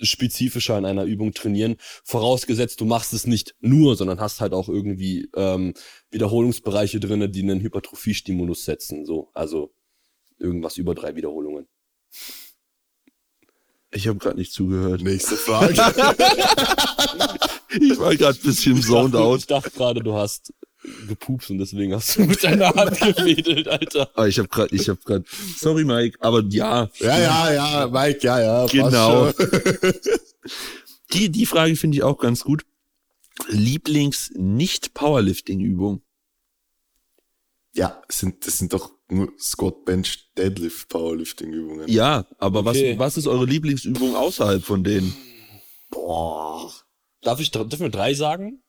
[SPEAKER 1] spezifischer in einer Übung trainieren. Vorausgesetzt, du machst es nicht nur, sondern hast halt auch irgendwie ähm, Wiederholungsbereiche drinne, die einen Hypertrophie-Stimulus setzen. So, also irgendwas über drei Wiederholungen.
[SPEAKER 2] ich habe gerade nicht zugehört.
[SPEAKER 3] nächste Frage.
[SPEAKER 2] Ich war gerade ein bisschen zoned
[SPEAKER 1] dachte-
[SPEAKER 2] out.
[SPEAKER 1] Ich dachte gerade, du hast gepupst und deswegen hast du mit deiner Hand gewedelt, Alter.
[SPEAKER 2] Aber Ah, ich habe gerade, ich habe gerade, sorry Mike, aber ja,
[SPEAKER 3] ja, ja, ja, Mike, ja, ja. passt
[SPEAKER 2] Genau.
[SPEAKER 3] schon.
[SPEAKER 2] Die, die Frage finde ich auch ganz gut. Lieblings-Nicht-Powerlifting-Übung.
[SPEAKER 3] Ja, sind, das sind doch nur Scott Bench Deadlift Powerlifting Übungen.
[SPEAKER 2] Ja, aber
[SPEAKER 1] Okay.
[SPEAKER 2] was, was ist eure Lieblingsübung außerhalb von denen?
[SPEAKER 3] Boah.
[SPEAKER 1] Darf ich, dürfen wir drei sagen?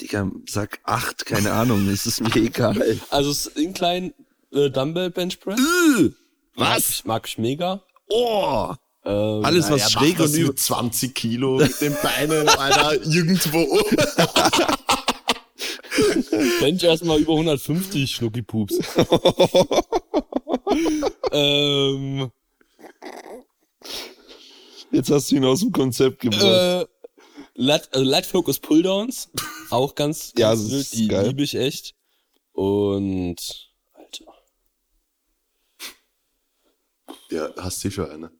[SPEAKER 2] Digga, sag acht, keine Ahnung, es ist mir egal.
[SPEAKER 1] Also, es ist in kleinen äh, Dumbbell Bench Press.
[SPEAKER 2] Äh,
[SPEAKER 1] Mag ich, mag ich mega.
[SPEAKER 2] Oh!
[SPEAKER 1] Ähm,
[SPEAKER 2] Alles, was
[SPEAKER 3] er macht
[SPEAKER 2] schräg
[SPEAKER 3] das
[SPEAKER 2] und über.
[SPEAKER 3] mit 20 Kilo mit den Beinen, Alter, irgendwo.
[SPEAKER 1] Bench erstmal über 150 Schnuckipups. ähm,
[SPEAKER 2] Jetzt hast du ihn aus dem Konzept gebracht.
[SPEAKER 1] äh, Lat, also Lat Focus Pulldowns. Auch ganz,
[SPEAKER 2] Ja,
[SPEAKER 1] ganz
[SPEAKER 2] das
[SPEAKER 1] wild,
[SPEAKER 2] ist
[SPEAKER 1] die
[SPEAKER 2] geil.
[SPEAKER 1] liebe ich echt. Und Alter.
[SPEAKER 3] Ja, hast du eh schon eine.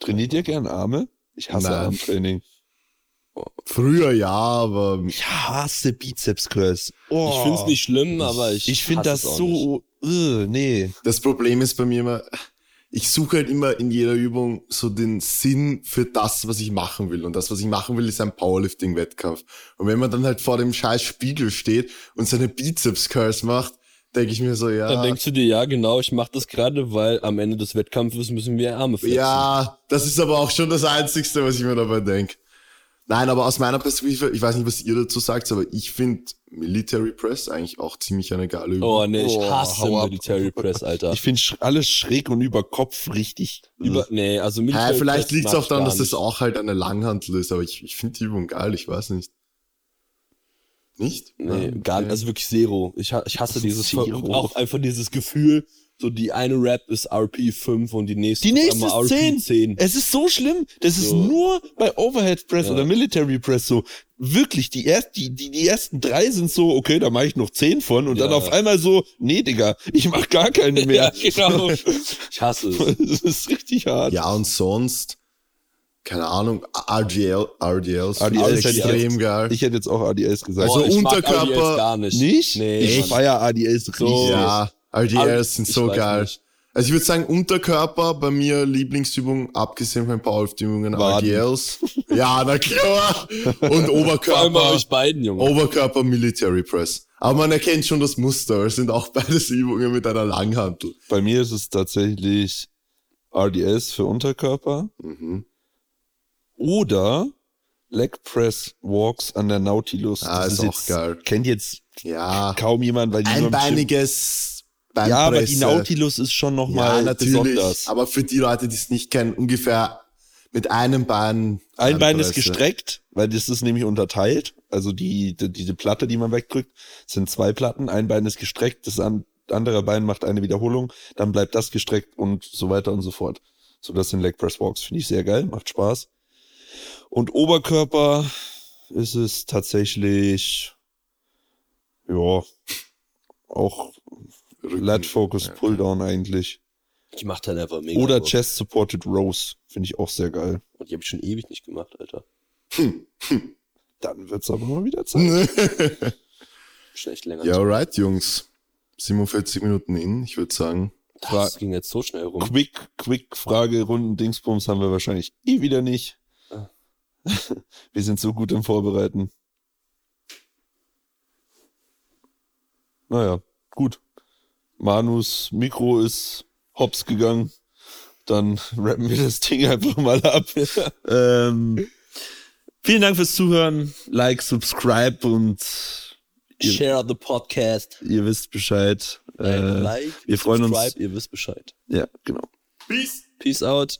[SPEAKER 2] Trainiert ihr gern Arme? Ich hasse
[SPEAKER 3] Nein.
[SPEAKER 2] Armtraining.
[SPEAKER 3] Früher ja, aber
[SPEAKER 2] Ich hasse Bizeps Curls. Oh.
[SPEAKER 1] Ich find's nicht schlimm, aber ich.
[SPEAKER 2] Ich finde
[SPEAKER 1] hasse
[SPEAKER 2] das
[SPEAKER 1] es auch nicht.
[SPEAKER 2] so. Äh, nee.
[SPEAKER 3] das Problem ist bei mir immer, ich suche halt immer in jeder Übung so den Sinn für das, was ich machen will. Und das, was ich machen will, ist ein Powerlifting-Wettkampf. Und wenn man dann halt vor dem scheiß Spiegel steht und seine Bizeps-Curls macht, denke ich mir so, ja,
[SPEAKER 1] Dann denkst du dir, ja, genau, ich mache das gerade, weil am Ende des Wettkampfes müssen wir Arme flexen.
[SPEAKER 3] Ja, das ist aber auch schon das Einzigste, was ich mir dabei denke. Nein, aber aus meiner Perspektive, ich weiß nicht, was ihr dazu sagt, aber ich finde Military Press eigentlich auch ziemlich eine geile Übung.
[SPEAKER 1] Oh, nee, ich
[SPEAKER 2] Oh,
[SPEAKER 1] hasse
[SPEAKER 2] hau ab.
[SPEAKER 1] Military Press, Alter.
[SPEAKER 2] Ich finde sch alles schräg und über Kopf richtig.
[SPEAKER 1] Über, nee, also Military
[SPEAKER 3] Hä, vielleicht
[SPEAKER 1] Press
[SPEAKER 3] liegt es
[SPEAKER 1] mag
[SPEAKER 3] auch
[SPEAKER 1] ich
[SPEAKER 3] daran,
[SPEAKER 1] gar
[SPEAKER 3] dass das
[SPEAKER 1] nicht.
[SPEAKER 3] auch halt eine Langhantel ist, aber ich, ich finde die Übung geil, ich weiß nicht. Nicht?
[SPEAKER 1] Nee,
[SPEAKER 3] Nein,
[SPEAKER 1] gar
[SPEAKER 3] Ah, okay.
[SPEAKER 1] nicht. Also wirklich Zero. Ich, ha- ich hasse dieses
[SPEAKER 2] Zero.
[SPEAKER 1] und auch einfach dieses Gefühl, so die eine Rap ist RP5 und die nächste,
[SPEAKER 2] Die
[SPEAKER 1] auf
[SPEAKER 2] nächste
[SPEAKER 1] einmal
[SPEAKER 2] ist 10.
[SPEAKER 1] RP10.
[SPEAKER 2] Es ist so schlimm, das ist
[SPEAKER 1] So.
[SPEAKER 2] nur bei Overhead Press
[SPEAKER 1] Ja.
[SPEAKER 2] oder Military Press so. Wirklich, die, erst, die, die, die ersten drei sind so, okay, da mache ich noch zehn von und
[SPEAKER 1] Ja.
[SPEAKER 2] dann auf einmal so, nee, Digga, ich mache gar keine mehr.
[SPEAKER 1] Ja, genau. ich hasse es.
[SPEAKER 2] das ist richtig
[SPEAKER 1] Also,
[SPEAKER 2] hart.
[SPEAKER 3] Ja, und sonst, keine Ahnung, RDL, RDL ist
[SPEAKER 2] RDL
[SPEAKER 1] ist halt
[SPEAKER 3] extrem geil.
[SPEAKER 2] Ich hätte jetzt auch ADLs gesagt.
[SPEAKER 3] Also
[SPEAKER 1] Boah, ich mag
[SPEAKER 3] Unterkörper-
[SPEAKER 1] RDLs gar nicht.
[SPEAKER 2] nicht?
[SPEAKER 1] Nee,
[SPEAKER 2] ich
[SPEAKER 1] Mann.
[SPEAKER 2] feier ADLs richtig.
[SPEAKER 1] So.
[SPEAKER 3] ja, RDLs sind
[SPEAKER 1] Ich
[SPEAKER 3] so
[SPEAKER 1] weiß
[SPEAKER 3] geil.
[SPEAKER 1] nicht.
[SPEAKER 3] Also ich würde sagen, Unterkörper bei mir Lieblingsübung, abgesehen von Powerliftübungen,
[SPEAKER 2] Waden.
[SPEAKER 3] RDLs. Ja, na klar. Und
[SPEAKER 1] Vor allem bei
[SPEAKER 3] Oberkörper,
[SPEAKER 1] euch beiden, Junge.
[SPEAKER 3] Oh. Oberkörper Military Press. Aber man erkennt schon das Muster. Es sind auch beides Übungen mit einer Langhantel.
[SPEAKER 2] Bei mir ist es tatsächlich RDS für Unterkörper
[SPEAKER 3] Mhm.
[SPEAKER 2] oder Leg Press Walks an der Nautilus.
[SPEAKER 3] Ah, ist auch
[SPEAKER 2] jetzt,
[SPEAKER 3] geil.
[SPEAKER 2] Kennt jetzt
[SPEAKER 3] Ja,
[SPEAKER 2] kaum jemand, weil die nur im
[SPEAKER 3] einbeiniges
[SPEAKER 2] Gym- Ja, aber die
[SPEAKER 3] Beinpresse.
[SPEAKER 2] Nautilus ist schon
[SPEAKER 3] Ja,
[SPEAKER 2] nochmal mal
[SPEAKER 3] natürlich.
[SPEAKER 2] besonders.
[SPEAKER 3] Aber für die Leute, die es nicht kennen, ungefähr mit einem Bein.
[SPEAKER 2] Ein Bein ist
[SPEAKER 3] Beinpresse.
[SPEAKER 2] gestreckt, weil das ist nämlich unterteilt. Also die, die diese Platte, die man wegdrückt, sind zwei Platten. Ein Bein ist gestreckt, das an, andere Bein macht eine Wiederholung, dann bleibt das gestreckt und so weiter und so fort. So das sind Leg Press Walks, finde ich sehr geil, macht Spaß. Und Oberkörper ist es tatsächlich ja auch
[SPEAKER 3] Rücken.
[SPEAKER 2] Lat Focus Pulldown eigentlich
[SPEAKER 1] Ich mach dann einfach mega.
[SPEAKER 2] oder
[SPEAKER 1] Bock.
[SPEAKER 2] Chest Supported Rows finde ich auch sehr geil.
[SPEAKER 1] Und die habe ich schon ewig nicht gemacht, Alter.
[SPEAKER 2] Dann wird's aber mal wieder Zeit.
[SPEAKER 1] Schon echt länger.
[SPEAKER 3] Ja, alright, Jungs. 47 Minuten in, ich würde sagen.
[SPEAKER 1] Das ging jetzt so schnell rum.
[SPEAKER 2] Quick, quick Frage, Runden, Dingsbums haben wir wahrscheinlich eh wieder nicht.
[SPEAKER 1] Ah.
[SPEAKER 2] Wir sind so gut im Vorbereiten. Naja, gut. Manus Mikro ist hops gegangen. Dann rappen wir das Ding einfach mal ab. ähm, vielen Dank fürs Zuhören. Like, subscribe und ihr,
[SPEAKER 1] Share the podcast.
[SPEAKER 2] ihr wisst Bescheid. Äh,
[SPEAKER 1] like,
[SPEAKER 2] wir freuen uns-
[SPEAKER 1] subscribe, Ihr wisst Bescheid.
[SPEAKER 2] ja, genau.
[SPEAKER 3] Peace!
[SPEAKER 1] Peace out.